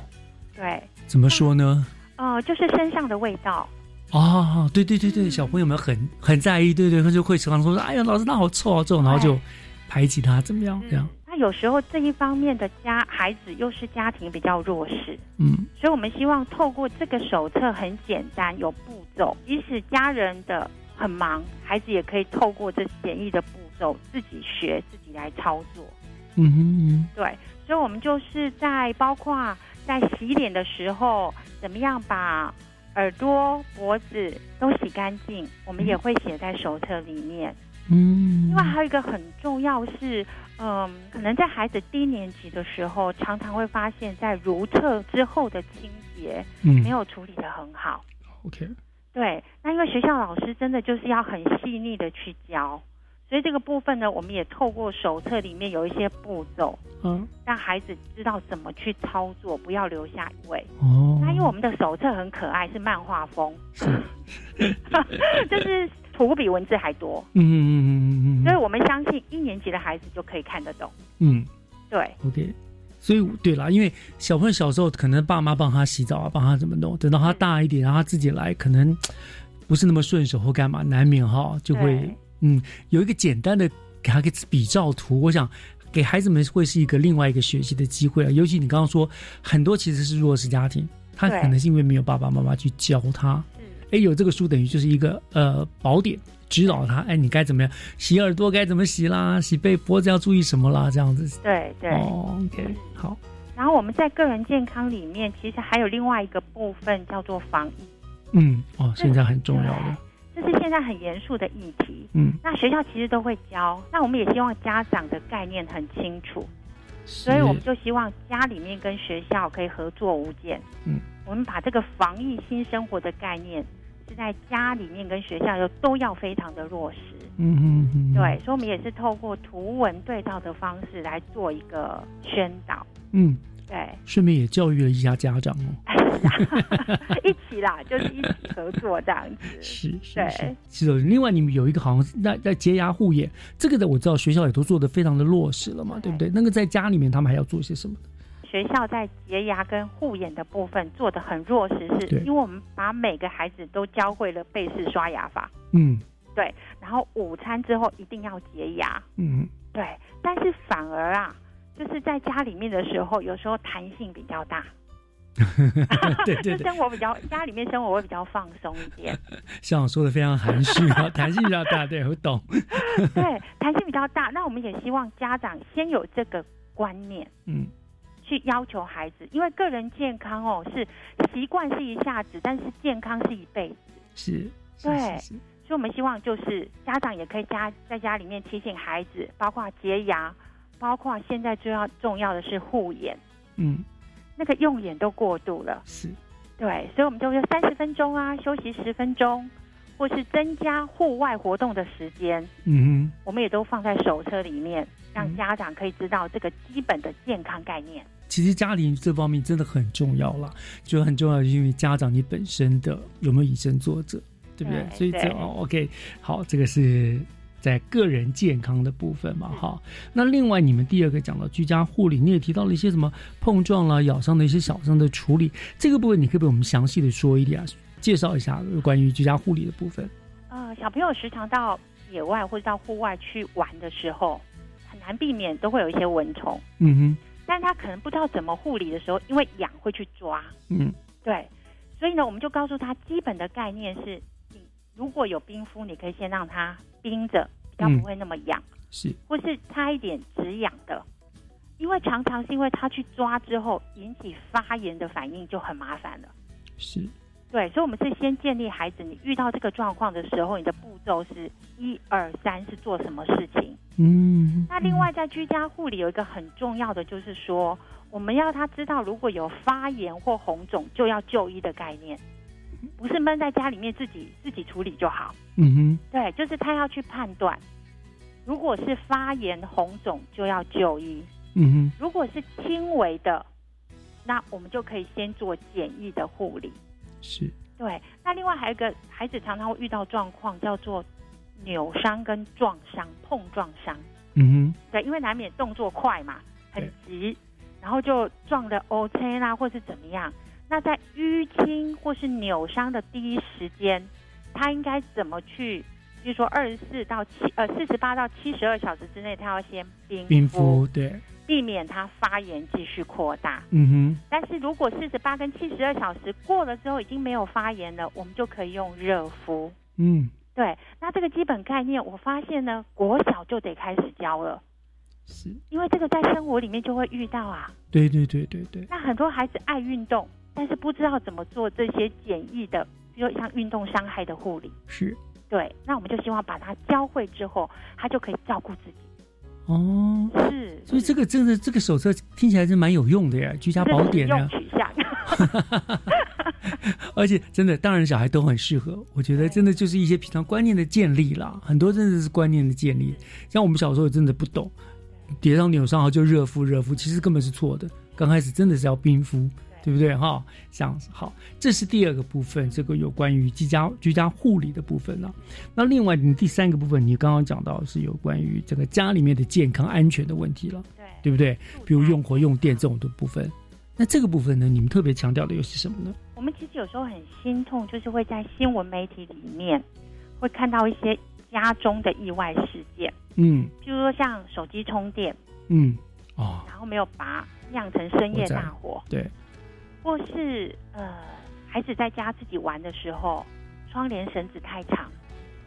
S8: 对，
S3: 怎么说呢？
S8: 呃，就是身上的味道。
S3: 哦，对对对
S8: 嗯
S3: 对，小朋友们很很在意，对对，他就会常常说：“哎呀，老师那好臭，好臭！”然后就排挤他，怎么样？这样，
S8: 那有时候这一方面的家孩子又是家庭比较弱势，
S3: 嗯
S8: 所以我们希望透过这个手册很简单，有步骤，即使家人的很忙，孩子也可以透过这简易的步骤自己学，自己来操作。
S3: 嗯哼嗯
S8: 对，所以我们就是在包括在洗脸的时候，怎么样把耳朵、脖子都洗干净，我们也会写在手册里面。
S3: 嗯
S8: 另外还有一个很重要是，嗯，可能在孩子低年级的时候，常常会发现，在如厕之后的清洁，
S3: 嗯
S8: 没有处理的很好。
S3: ，OK，
S8: 对，那因为学校老师真的就是要很细腻的去教，所以这个部分呢，我们也透过手册里面有一些步骤，
S3: 嗯，
S8: 让孩子知道怎么去操作，不要留下一位。
S3: 哦，
S8: 那因为我们的手册很可爱，是漫画风，就是图比文字还多，
S3: 嗯嗯嗯嗯嗯
S8: 所以
S3: 嗯
S8: 我们相信一年级的孩子就可以看得懂。
S3: 嗯。
S8: 对，
S3: OK，所以对啦，因为小朋友小时候可能爸妈帮他洗澡啊，帮他怎么弄，等到他大一点，然后他自己来，可能不是那么顺手或干嘛，难免哈就会
S8: 对
S3: 嗯有一个简单的给他个比照图，我想。给孩子们会是一个另外一个学习的机会啊，尤其你刚刚说很多其实是弱势家庭，他
S8: 对
S3: 可能是因为没有爸爸妈妈去教他，哎，有这个书等于就是一个呃宝典，指导他，哎，你该怎么样洗耳朵该怎么洗啦，洗背脖子要注意什么啦，这样子，
S8: 对对
S3: 哦，OK，好，
S8: 然后我们在个人健康里面，其实还有另外一个部分叫做防疫，
S3: 嗯，哦，现在很重要的，
S8: 这是现在很严肃的议题。
S3: 嗯，
S8: 那学校其实都会教，那我们也希望家长的概念很清楚，
S3: 所
S8: 所以我们就希望家里面跟学校可以合作无间。
S3: 嗯，
S8: 我们把这个防疫新生活的概念是在家里面跟学校又都要非常的落实。
S3: 嗯嗯嗯，
S8: 对，，所以我们也是透过图文对照的方式来做一个宣导。
S3: 嗯，
S8: 对，
S3: 顺便也教育了一下家长哦，
S8: 一起啦，就是一起合作这样子。
S3: 是是
S8: 对
S3: 是，是的。另外，你们有一个好像是那在洁牙护眼，这个的我知道学校也都做的非常的落实了嘛，对不对？那个在家里面他们还要做些什么呢？
S8: 学校在洁牙跟护眼的部分做的很弱势，是
S3: 对
S8: 因为我们把每个孩子都教会了背式刷牙法，
S3: 嗯
S8: 对，然后午餐之后一定要洁牙，
S3: 嗯，
S8: 对，但是反而啊，就是在家里面的时候，有时候弹性比较大，
S3: 嗯
S8: [LAUGHS]
S3: 对对对，
S8: 就生活比较家里面生活会比较放松一点，
S3: 校长说的非常含蓄啊， [LAUGHS] 弹性比较大，对，我嗯懂，
S8: [LAUGHS] 对，弹性比较大。那我们也希望家长先有这个观念，
S3: 嗯，
S8: 去要求孩子，因为个人健康哦，是习惯是一下子，但是健康是一辈子。
S3: 是，是
S8: 对
S3: 是是，
S8: 所以我们希望就是家长也可以家在家里面提醒孩子，包括洁牙，包括现在最要重要的是护眼，
S3: 嗯，
S8: 那个用眼都过度了，
S3: 是，
S8: 对，所以我们就说三十分钟啊，休息十分钟，或是增加户外活动的时间，
S3: 嗯
S8: 我们也都放在手册里面，让家长可以知道这个基本的健康概念。
S3: 哼，其实家庭这方面真的很重要啦，就很重要，因为家长你本身的有没有以身作则，对不对？
S8: 对
S3: 所以这
S8: 对
S3: 哦，OK，好，这个是在个人健康的部分嘛，哈。
S8: 嗯
S3: 那另外你们第二个讲到居家护理，你也提到了一些什么碰撞啦、咬伤的一些小伤的处理，这个部分你可不可以我们详细的说一点啊？介绍一下关于居家护理的部分。
S8: 呃，小朋友时常到野外或者到户外去玩的时候，很难避免都会有一些蚊虫，
S3: 嗯哼，
S8: 但他可能不知道怎么护理的时候，因为痒会去抓，
S3: 嗯
S8: 对，所以呢，我们就告诉他基本的概念是，你如果有冰敷，你可以先让它冰着，比较不会那么痒，
S3: 是，
S8: 或是擦一点止痒的，因为常常是因为他去抓之后引起发炎的反应就很麻烦了。
S3: 是，
S8: 对，所以我们是先建立孩子，你遇到这个状况的时候，你的步骤是一二三是做什么事情。
S3: 嗯，
S8: 那另外在居家护理有一个很重要的，就是说我们要他知道，如果有发炎或红肿就要就医的概念，不是闷在家里面自己自己处理就好。
S3: 嗯哼，
S8: 对，就是他要去判断，如果是发炎红肿就要就医，
S3: 嗯哼，
S8: 如果是轻微的，那我们就可以先做简易的护理。
S3: 是，
S8: 对，那另外还有一个孩子常常会遇到状况叫做扭伤跟撞伤、碰撞伤。
S3: 嗯
S8: 对，因为难免动作快嘛，很急，然后就撞的 OK 啦，或是怎么样。那在淤青或是扭伤的第一时间，他应该怎么去？比如说二十四到七呃四十八到七十二小时之内，他要先冰
S3: 哼，冰敷，对，
S8: 避免它发炎继续扩大。
S3: 嗯
S8: 但是如果四十八跟七十二小时过了之后已经没有发炎了，我们就可以用热敷。
S3: 哼，嗯，
S8: 对，那这个基本概念，我发现呢，国小就得开始教了，
S3: 是，
S8: 因为这个在生活里面就会遇到啊。
S3: 对对对对对，
S8: 那很多孩子爱运动，但是不知道怎么做这些简易的，比如像运动伤害的护理。
S3: 是，
S8: 对，那我们就希望把它教会之后，他就可以照顾自己。
S3: 哦，
S8: 是，
S3: 所以这个真的这个手册听起来是蛮有用的耶，居家宝典啊
S8: 用
S3: 呢，
S8: 取向。
S3: 而且真的，当然小孩都很适合，我觉得真的就是一些平常观念的建立啦，很多真的是观念的建立，像我们小时候真的不懂，跌到扭伤后就热敷热敷，其实根本是错的，刚开始真的是要冰敷。对不对哈？这样子好，这是第二个部分，这个有关于居家居家护理的部分了、那另外，你第三个部分，你刚刚讲到是有关于这个家里面的健康安全的问题了，对
S8: 对
S3: 不对？比如用火用电这种的部分，那这个部分呢，你们特别强调的又是什么呢？
S8: 我们其实有时候很心痛，就是会在新闻媒体里面会看到一些家中的意外事件，
S3: 嗯
S8: 譬如说像手机充电，
S3: 嗯，
S8: 然后没有拔，酿成深夜大火，
S3: 对，
S8: 或是呃孩子在家自己玩的时候，窗帘绳子太长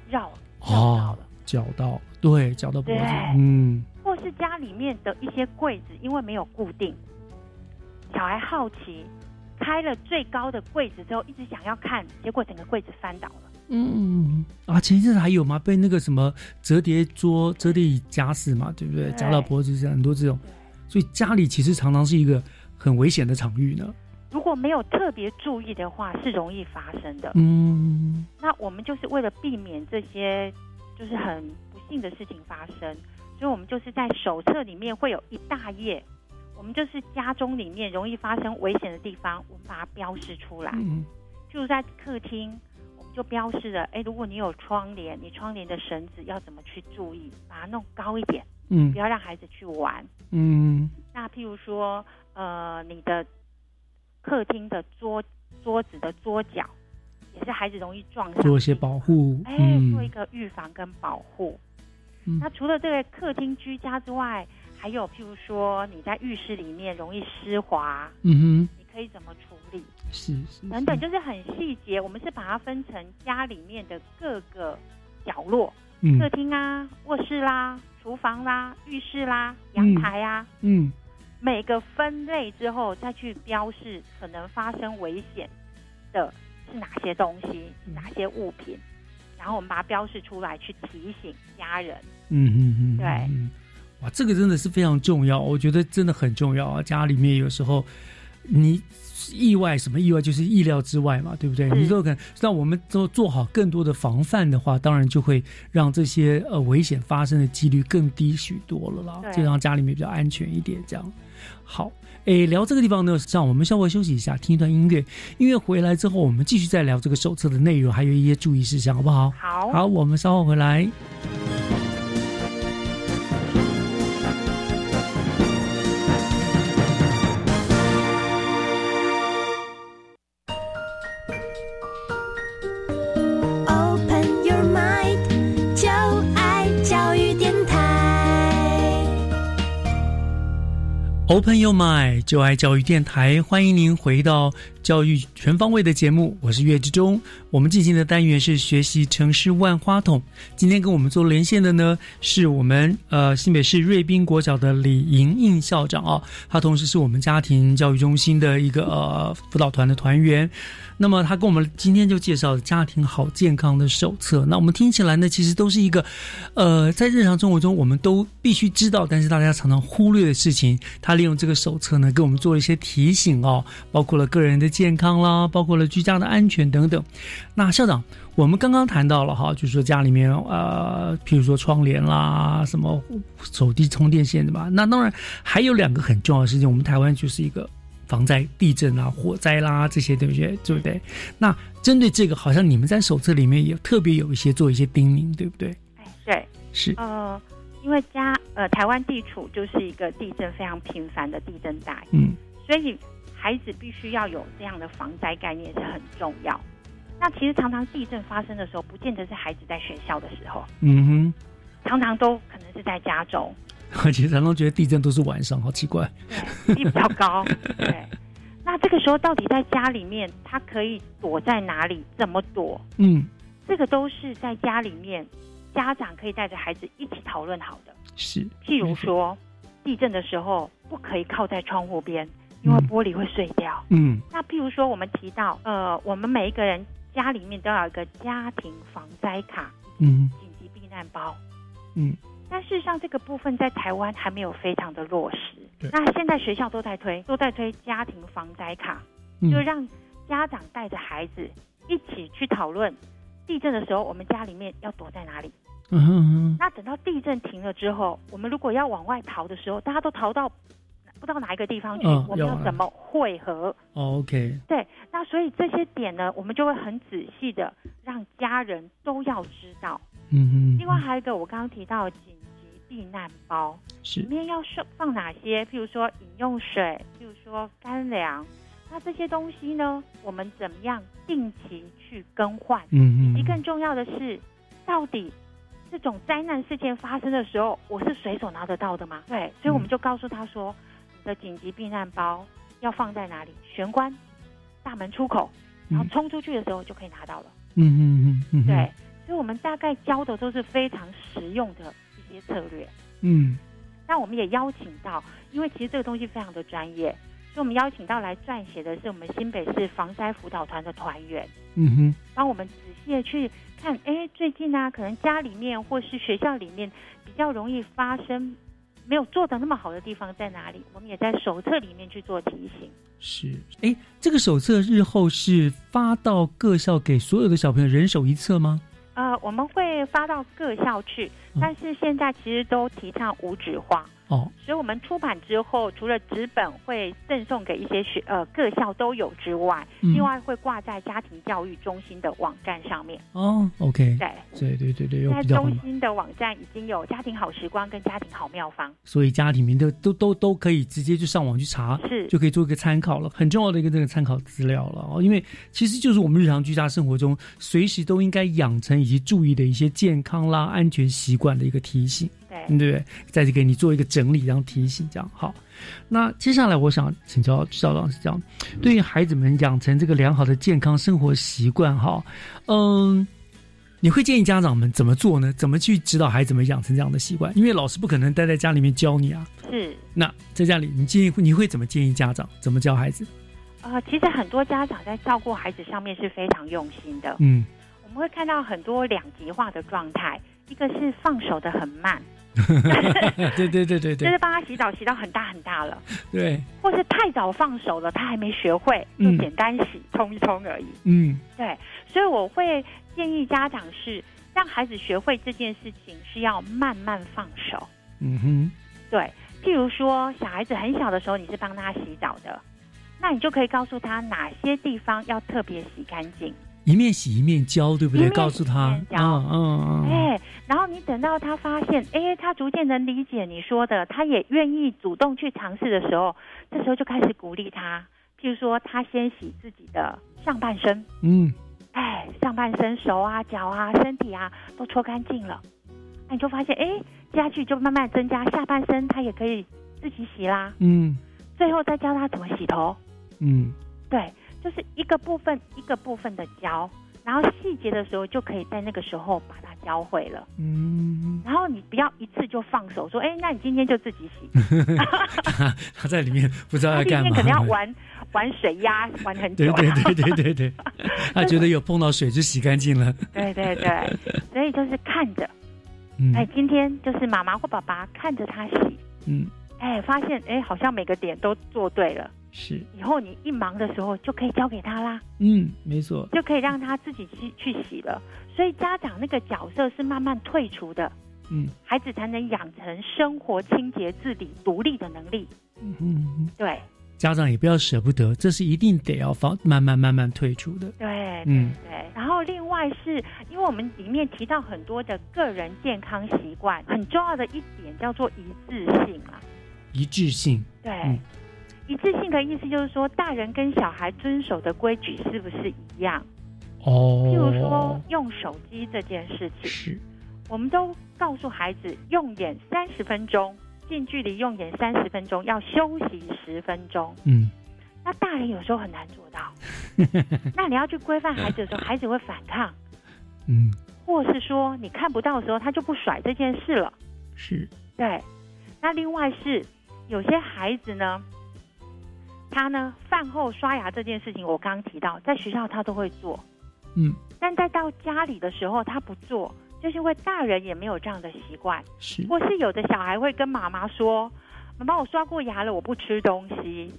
S8: 绕，
S3: 哦，绞到，对，绞到脖子
S8: 对，
S3: 嗯
S8: 或是家里面的一些柜子因为没有固定，小孩好奇开了最高的柜子之后，一直想要看，结果整个柜子翻倒了。
S3: 嗯啊，前一阵子还有吗？被那个什么折叠桌、折叠椅夹死嘛，对不对？
S8: 对
S3: 夹到脖子这样很多这种，所以家里其实常常是一个很危险的场域呢。
S8: 如果没有特别注意的话，是容易发生的。
S3: 嗯，
S8: 那我们就是为了避免这些就是很不幸的事情发生，所以我们就是在手册里面会有一大页，我们就是家中里面容易发生危险的地方，我们把它标示出来。
S3: 嗯，
S8: 譬如在客厅，我们就标示了，哎，如果你有窗帘，你窗帘的绳子要怎么去注意，把它弄高一点，
S3: 嗯
S8: 不要让孩子去玩。
S3: 嗯
S8: 那譬如说，呃，你的客厅的桌桌子的桌角，也是孩子容易撞上，
S3: 做一些保护，
S8: 哎，做一
S3: 嗯
S8: 个预防跟保护。
S3: 嗯
S8: 那除了这个客厅居家之外，还有譬如说你在浴室里面容易湿滑，
S3: 嗯哼，
S8: 你可以怎么处理？
S3: 是是
S8: 等等，就是很细节。我们是把它分成家里面的各个角落，
S3: 嗯
S8: 客厅啊、卧室啦、厨房啦、浴室啦、阳台啊，
S3: 嗯
S8: 每个分类之后再去标示可
S7: 嗯
S8: 能发生危险的是哪些东西、是哪些物品、然后我们把它标示出来，去提醒家人。
S3: 嗯嗯嗯，
S8: 对
S3: 嗯哇，这个真的是非常重要，我觉得真的很重要啊。家里面有时候你意外什么意外，就是意料之外嘛，对不对？
S8: 嗯
S3: 你都可能让我们都做好更多的防范的话，当然就会让这些呃危险发生的几率更低许多了啦，
S8: 对
S3: 就让家里面比较安全一点。这样好，诶，聊这个地方呢，让我们稍微休息一下，听一段音乐。音乐回来之后，我们继续再聊这个手册的内容，还有一些注意事项，好不好？
S8: 好
S3: 好，我们稍后回来。
S11: Open your mind，就爱教育电台。
S3: Open Your Mind 就爱教育电台，欢迎您回到教育全方位的节目，我是岳志忠。我们进行的单元是学习城市万花筒。今天跟我们做连线的呢，是我们呃新北市瑞滨国小的李莹莹校长啊、她同时是我们家庭教育中心的一个呃辅导团的团员。那么他跟我们今天就介绍了家庭好健康的手册。那我们听起来呢，其实都是一个，呃，在日常生活中我们都必须知道，但是大家常常忽略的事情。他利用这个手册呢，给我们做了一些提醒哦，包括了个人的健康啦，包括了居家的安全等等。那校长，我们刚刚谈到了哈，就是说家里面呃，譬如说窗帘啦，什么手机充电线的嘛。那当然还有两个很重要的事情，我们台湾就是一个防灾、地震啊、火灾啦这些，对不对？对不对？那针对这个，好像你们在手册里面也特别有一些做一些叮咛，对不对？
S8: 哎对，
S3: 是
S8: 呃，因为家呃台湾地处就是一个地震非常频繁的地震带，
S3: 嗯，
S8: 所以孩子必须要有这样的防灾概念是很重要。那其实常常地震发生的时候，不见得是孩子在学校的时候，
S3: 嗯
S8: 常常都可能是在家中，
S3: 哼， [LAUGHS] 而且常常觉得地震都是晚上，好奇怪。
S8: 对，比较高。对，那这个时候到底在家里面，他可以躲在哪里？怎么躲？
S3: 嗯，
S8: 这个都是在家里面，家长可以带着孩子一起讨论好的。
S3: 是。
S8: 譬如说，地震的时候不可以靠在窗户边，因为玻璃会碎掉。
S3: 嗯
S8: 那譬如说，我们提到，呃，我们每一个人家里面都要有一个家庭防灾卡
S3: 嗯
S8: 及避难包。
S3: 嗯，
S8: 但事实上，这个部分在台湾还没有非常的落实
S3: 对。
S8: 那现在学校都在推，都在推家庭防灾卡，
S3: 嗯
S8: 就让家长带着孩子一起去讨论地震的时候，我们家里面要躲在哪里。
S3: 嗯哼嗯哼
S8: 那等到地震停了之后，我们如果要往外逃的时候，大家都逃到不知道哪一个地方去，
S3: 嗯
S8: 我们
S3: 要
S8: 要
S3: 啊
S8: 怎么汇合？
S3: 哦，OK，
S8: 对，那所以这些点呢，我们就会很仔细的让家人都要知道。
S3: 嗯
S8: 另外还有一个，我刚刚提到紧急避难包，
S3: 是嗯
S8: 里面要放放哪些？譬如说饮用水，譬如说干粮。那这些东西呢，我们怎么样定期去更换？
S3: 嗯
S8: 以及更重要的是，到底这种灾难事件发生的时候，我是随手拿得到的吗？对，所以我们就告诉他说，你的紧急避难包要放在哪里？玄关、大门出口，然后冲出去的时候就可以拿到了。
S3: 嗯嗯嗯嗯，
S8: 对，，所以我们大概教的都是非常实用的一些策略。
S3: 嗯
S8: 那我们也邀请到，因为其实这个东西非常的专业，所以我们邀请到来撰写的是我们新北市防灾辅导团的团员，
S3: 嗯哼，
S8: 帮我们仔细的去看，哎，最近呢、可能家里面或是学校里面比较容易发生没有做的那么好的地方在哪里，我们也在手册里面去做提醒。
S3: 是。哎，这个手册日后是发到各校给所有的小朋友人手一册吗？
S8: 呃，我们会发到各校去，
S3: 嗯
S8: 但是现在其实都提倡无纸化，
S3: 哦，
S8: 所以我们出版之后，除了纸本会赠送给一些学呃各校都有之外，
S3: 嗯
S8: 另外会挂在家庭教育中心的网站上面。
S3: 哦，OK，
S8: 对，
S3: 对对对对，又
S8: 在
S3: 比较
S8: 中
S3: 环保，
S8: 心的网站已经有家庭好时光跟家庭好妙方。
S3: 所以家里面的都都都可以直接就上网去查，
S8: 是
S3: 就可以做一个参考了，很重要的一个这个参考资料了哦。因为其实就是我们日常居家生活中随时都应该养成以及注意的一些健康啦、安全习惯的一个提醒。
S8: 对
S3: 嗯，对不对？再给你做一个整理，然后提醒，这样好。那接下来我想请教校长是这样，对于孩子们养成这个良好的健康生活习惯，哈，嗯，你会建议家长们怎么做呢？怎么去指导孩子们养成这样的习惯？因为老师不可能待在家里面教你啊。
S8: 是，
S3: 那在家里，你建议你会怎么建议家长怎么教孩子？ [LAUGHS]
S8: 呃，其实很多家长在照顾孩子上面是非常用心的。
S3: 嗯
S8: 我们会看到很多两极化的状态，一个是放手的很慢，
S3: 对对对对
S8: 就
S3: 对
S8: 是帮他洗澡洗到很大很大了，
S3: 对，
S8: 或是太早放手了，他还没学会，就
S3: 嗯
S8: 简单洗冲一冲而已。
S3: 嗯
S8: 对，所以我会建议家长是让孩子学会这件事情是要慢慢放手。
S3: 嗯哼，
S8: 对，譬如说小孩子很小的时候，你是帮他洗澡的，那你就可以告诉他哪些地方要特别洗干净。
S3: 一面洗一面教，对不
S8: 一
S3: 对？
S8: 面
S3: 告诉他
S8: 洗一面，
S3: 嗯
S8: 教
S3: 嗯嗯，
S8: 哎，然后你等到他发现，哎，他逐渐能理解你说的，他也愿意主动去尝试的时候，这时候就开始鼓励他。譬如说，他先洗自己的上半身，
S3: 嗯，
S8: 哎，上半身手啊、脚啊、身体啊都搓干净了，那你就发现，哎，接下去就慢慢增加下半身，他也可以自己洗啦。
S3: 嗯
S8: 最后再教他怎么洗头，
S3: 嗯
S8: 对，就是一个部分一个部分的教，然后细节的时候就可以在那个时候把它教会了。
S3: 嗯，
S8: 然后你不要一次就放手，说，哎，那你今天就自己洗。
S3: 他 [LAUGHS] 他在里面不知道
S8: 他
S3: 要
S8: 今
S3: 啊干
S8: 天
S3: 嘛，
S8: 可能要玩玩水压，玩很
S3: [LAUGHS] 对
S8: 久、啊。
S3: 对对对对对， [LAUGHS] 他觉得有碰到水就洗干净了，
S8: 对对
S3: [LAUGHS]
S8: 对，所以就是看着，
S3: 嗯
S8: 哎，今天就是妈妈或爸爸看着他洗，
S3: 嗯，
S8: 哎，发现哎好像每个点都做对了，
S3: 是，
S8: 以后你一忙的时候就可以交给他啦。
S3: 嗯，没错，
S8: 就可以让他自己去去洗了。所以家长那个角色是慢慢退出的，
S3: 嗯
S8: 孩子才能养成生活清洁、自理、独立的能力。
S3: 嗯嗯，
S8: 对
S3: 家长也不要舍不得，这是一定得要放慢慢慢慢退出的，
S8: 对对
S3: 嗯
S8: 对。然后另外是因为我们里面提到很多的个人健康习惯，很重要的一点叫做一致性啊。
S3: 一致性，
S8: 对，
S3: 嗯
S8: 一致性的意思就是说，大人跟小孩遵守的规矩是不是一样？譬如
S3: 嗯
S8: 说
S3: 哦，
S8: 用手机这件事情，
S3: 是
S8: 我们都告诉孩子用眼三十分钟，近距离用眼三十分钟，要休息十分钟。
S3: 嗯，
S8: 那大人有时候很难做到，那你要去规范孩子的时候，孩子会反抗，
S3: 嗯
S8: 或是说你看不到的时候，他就不甩这件事了。
S3: 是，
S8: 对，那另外是有些孩子呢，他呢饭后刷牙这件事情，我刚刚提到，在学校他都会做，
S3: 嗯
S8: 但再到家里的时候他不做，就是因为大人也没有这样的习惯，
S3: 是
S8: 或是有的小孩会跟妈妈说：“妈妈，我刷过牙了，我不吃东西。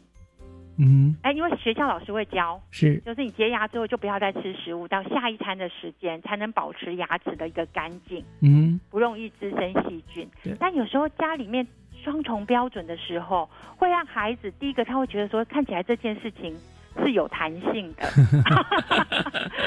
S3: 嗯”
S8: 哎，因为学校老师会教，
S3: 是
S8: 就是你洁牙之后就不要再吃食物，到下一餐的时间才能保持牙齿的一个干净，
S3: 嗯
S8: 不容易滋生细菌
S3: 对。
S8: 但有时候家里面双重标准的时候，会让孩子第一个他会觉得说，看起来这件事情。是有弹性
S3: [LAUGHS]
S8: 的，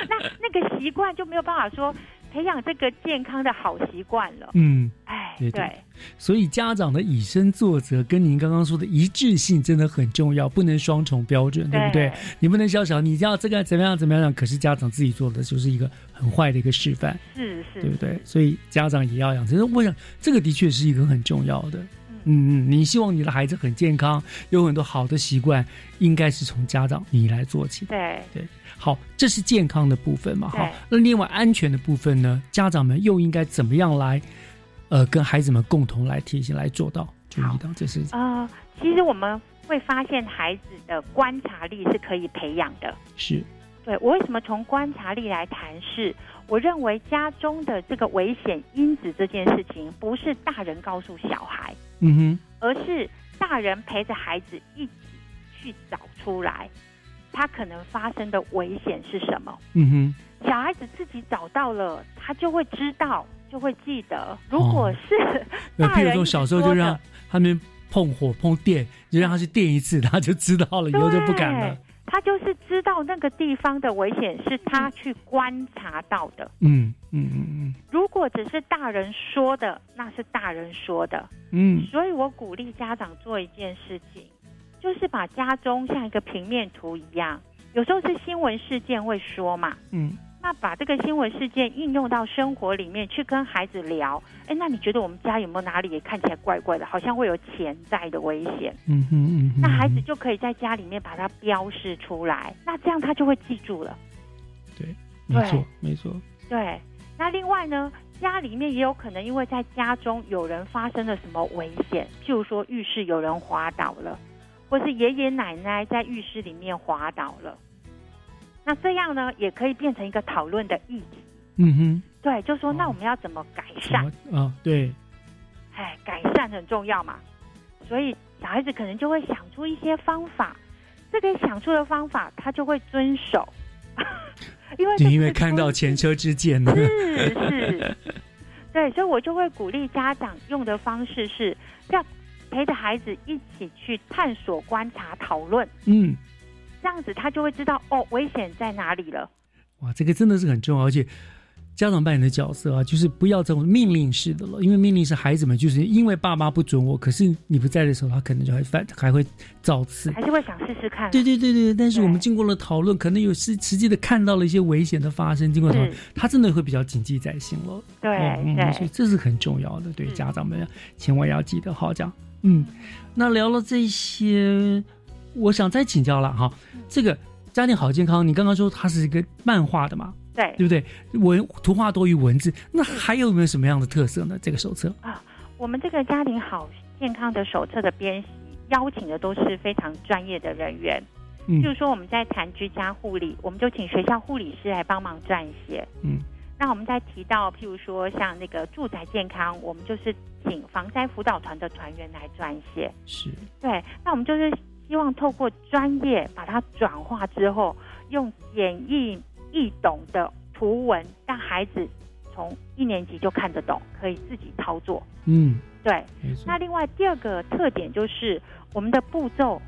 S8: 那那个习惯就没有办法说培养这个健康的好习惯了。
S3: 嗯，
S8: 哎，
S3: 对对所以家长的以身作则，跟您刚刚说的一致性真的很重要，不能双重标准，对不对
S8: 对？
S3: 你不能小小，你要这个怎么样怎么样，可是家长自己做的就是一个很坏的一个示范，
S8: 是是，
S3: 对不对？所以家长也要养成。我想这个的确是一个很重要的。嗯嗯，你希望你的孩子很健康，有很多好的习惯，应该是从家长你来做起。
S8: 对
S3: 对，好，这是健康的部分嘛？
S8: 对
S3: 好，那另外安全的部分呢？家长们又应该怎么样来，呃，跟孩子们共同来提醒、来做到、注意到这是
S8: 呃，其实我们会发现孩子的观察力是可以培养的。
S3: 是
S8: 对我为什么从观察力来谈是？我认为家中的这个危险因子这件事情，不是大人告诉小孩，
S3: 嗯
S8: 而是大人陪着孩子一起去找出来，他可能发生的危险是什么。
S3: 哼，嗯哼，
S8: 小孩子自己找到了，他就会知道，就会记得。如果是
S3: 呃，
S8: 大
S3: 譬如
S8: 人一
S3: 说
S8: 直
S3: 小时候就
S8: 说
S3: 让
S8: 的
S3: 他们碰火、碰电，就让他去电一次，他就知道了，以后就不敢了
S8: 对。他就是知道那个地方的危险是他去观察到的。
S3: 嗯嗯嗯
S8: 如果只是大人说的，那是大人说的。
S3: 嗯
S8: 所以我鼓励家长做一件事情，就是把家中像一个平面图一样，有时候是新闻事件会说嘛，
S3: 嗯
S8: 那把这个新闻事件应用到生活里面去跟孩子聊。哎，那你觉得我们家有没有哪里也看起来怪怪的，好像会有潜在的危险？
S3: 嗯哼嗯哼，
S8: 那孩子就可以在家里面把它标示出来，那这样他就会记住了。
S3: 对，嗯没错没错，
S8: 对，那另外呢，家里面也有可能因为在家中有人发生了什么危险，譬如说浴室有人滑倒了，或是爷爷奶奶在浴室里面滑倒了，那这样呢，也可以变成一个讨论的议题。
S3: 嗯哼，
S8: 对，就说那我们要怎么改善？
S3: 啊、对，
S8: 哎，改善很重要嘛，所以小孩子可能就会想出一些方法，这个想出的方法他就会遵守， [LAUGHS] 因为这
S3: 就因为
S8: 是
S3: 看到前车之鉴呢。
S8: 是是，对，所以我就会鼓励家长用的方式是要陪着孩子一起去探索、观察、讨论，
S3: 嗯，
S8: 这样子他就会知道哦危险在哪里了。
S3: 哇，这个真的是很重要，而且家长扮演的角色啊，就是不要这种命令式的了，因为命令是孩子们，就是因为爸妈不准我，可是你不在的时候，他可能就还犯，还会造次。
S8: 还是会想试试看、
S3: 对对对对，但是我们经过了讨论，可能有实实际的看到了一些危险的发生，经过讨论
S8: 是，
S3: 他真的会比较谨记在心了。
S8: 嗯对嗯
S3: 嗯
S8: 对
S3: 所以这是很重要的，对家长们千万要记得好讲。嗯，那聊了这些，我想再请教了哈，这个家庭好健康，你刚刚说它是一个漫画的嘛？
S8: 对
S3: 对不对？文图画多于文字，那还有没有什么样的特色呢？这个手册
S8: 啊，我们这个家庭好健康的手册的编辑邀请的都是非常专业的人员，
S3: 嗯
S8: 譬如说我们在谈居家护理，我们就请学校护理师来帮忙撰写。
S3: 嗯，
S8: 那我们在提到譬如说像那个住宅健康，我们就是请防灾辅导团的团员来撰写。
S3: 是
S8: 对，那我们就是希望透过专业把它转化之后，用简易易懂的图文，让孩子从一年级就看得懂，可以自己操作。
S3: 嗯，
S8: 对
S3: 没错，
S8: 那另外第二个特点就是我们的步骤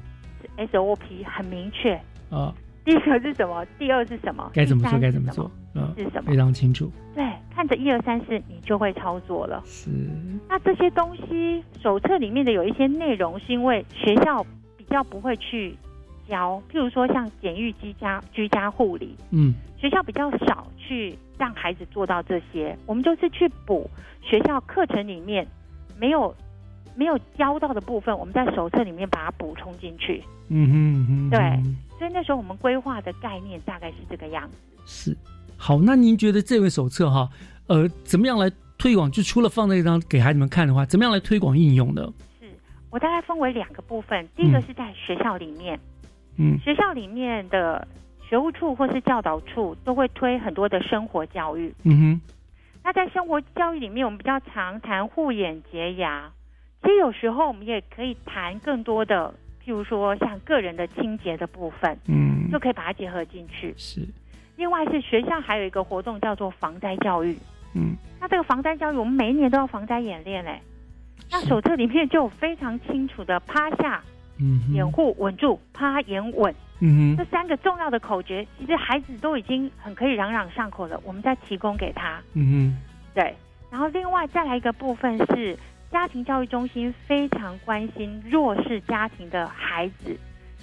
S8: SOP 很明确。
S3: 啊，
S8: 第一个是什么？第二是什么？
S3: 该怎么
S8: 第
S3: 做
S8: 三
S3: 该
S8: 是
S3: 怎么
S8: 什
S3: 做，嗯
S8: 是什，么
S3: 非常清楚。
S8: 对，看着一二三四，你就会操作了。
S3: 是，
S8: 那这些东西手册里面的有一些内容，是因为学校比较不会去教，譬如说像简育居家居家护理，
S3: 嗯，
S8: 学校比较少去让孩子做到这些，我们就是去补学校课程里面没有没有教到的部分，我们在手册里面把它补充进去。
S3: 嗯哼嗯哼，
S8: 对，所以那时候我们规划的概念大概是这个样子。
S3: 是。好，那您觉得这本手册哈，呃，怎么样来推广？就除了放在一张给孩子们看的话，怎么样来推广应用呢？
S8: 我大概分为两个部分，第一个是在学校里面，
S3: 嗯
S8: 学校里面的学务处或是教导处都会推很多的生活教育。
S3: 嗯
S8: 那在生活教育里面，我们比较常谈护眼洁牙，其实有时候我们也可以谈更多的，譬如说像个人的清洁的部分，
S3: 嗯
S8: 就可以把它结合进去。
S3: 是，
S8: 另外是学校还有一个活动叫做防灾教育，
S3: 嗯，
S8: 那这个防灾教育，我们每一年都要防灾演练嘞。那手册里面就有非常清楚的趴下、
S3: 嗯哼，
S8: 掩护、稳住、趴、掩、稳
S3: 嗯
S8: 这
S3: 哼，
S8: 三个重要的口诀，其实孩子都已经很可以朗朗上口了。我们再提供给他，
S3: 嗯
S8: 对。然后另外再来一个部分是家庭教育中心非常关心弱势家庭的孩子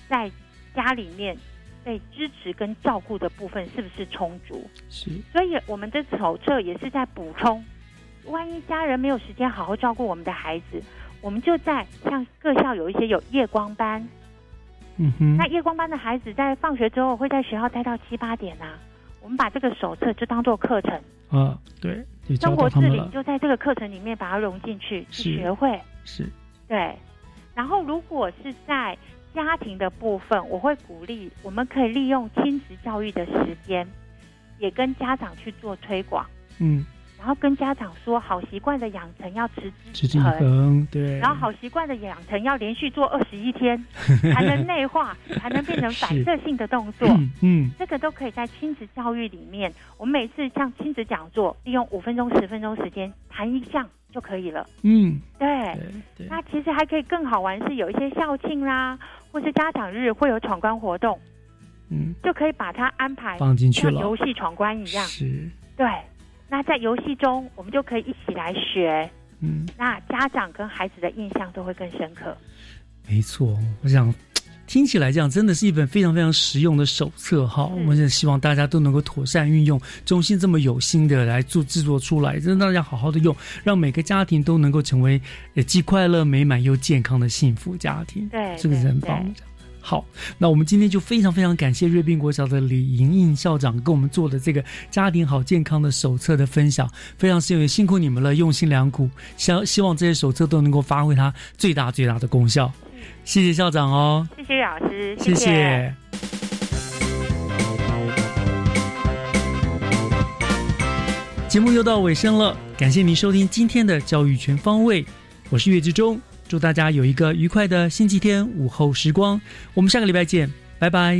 S8: 在家里面被支持跟照顾的部分是不是充足？
S3: 哼，是，
S8: 所以我们的手册也是在补充，万一家人没有时间好好照顾我们的孩子，我们就在像各校有一些有夜光班，
S3: 嗯哼，
S8: 那夜光班的孩子在放学之后会在学校待到七八点啊。我们把这个手册就当做课程，
S3: 啊，对，就教
S8: 生
S3: 导
S8: 活
S3: 他
S8: 自
S3: 们
S8: 理
S3: 了，
S8: 就在这个课程里面把它融进去，去
S3: 是
S8: 学会。
S3: 是，
S8: 对，然后如果是在家庭的部分，我会鼓励我们可以利用亲子教育的时间，也跟家长去做推广。
S3: 嗯，
S8: 然后跟家长说，好习惯的养成要持之
S3: 是
S8: 以
S3: 进
S8: 恒，
S3: 衡，对，
S8: 然后好习惯的养成要连续做二十一天，才能
S3: [LAUGHS]
S8: 内化，才能变成反射性的动作。
S3: 嗯嗯，
S8: 这个都可以在亲子教育里面，我们每次像亲子讲座，利用五分钟、十分钟时间谈一项就可以了。
S3: 嗯，
S8: 对，那其实还可以更好玩，是有一些校庆啦，或是家长日会有闯关活动，
S3: 嗯，
S8: 就可以把它安排
S3: 放进去了
S8: 像游戏闯关一样。
S3: 是，
S8: 对，那在游戏中，我们就可以一起来学。
S3: 嗯，
S8: 那家长跟孩子的印象都会更深刻。
S3: 没错，我想。听起来这样真的是一本非常非常实用的手册哈，
S8: 嗯
S3: 我们也希望大家都能够妥善运用，中心这么有心的来做制作出来，真的大家好好的用，让每个家庭都能够成为呃既快乐、美满又健康的幸福家庭。
S8: 对
S3: 这个是很
S8: 对
S3: 棒
S8: 对
S3: 的。好，那我们今天就非常非常感谢瑞滨国小的李莹莹校长跟我们做的这个家庭好健康的手册的分享，非常辛苦辛苦你们了，用心良苦，希希望这些手册都能够发挥它最大最大的功效。谢谢校长哦，
S8: 谢谢老师，
S3: 谢
S8: 谢
S3: 节目又到尾声了，感谢您收听今天的教育全方位，我是岳志忠，祝大家有一个愉快的星期天午后时光，我们下个礼拜见，拜拜。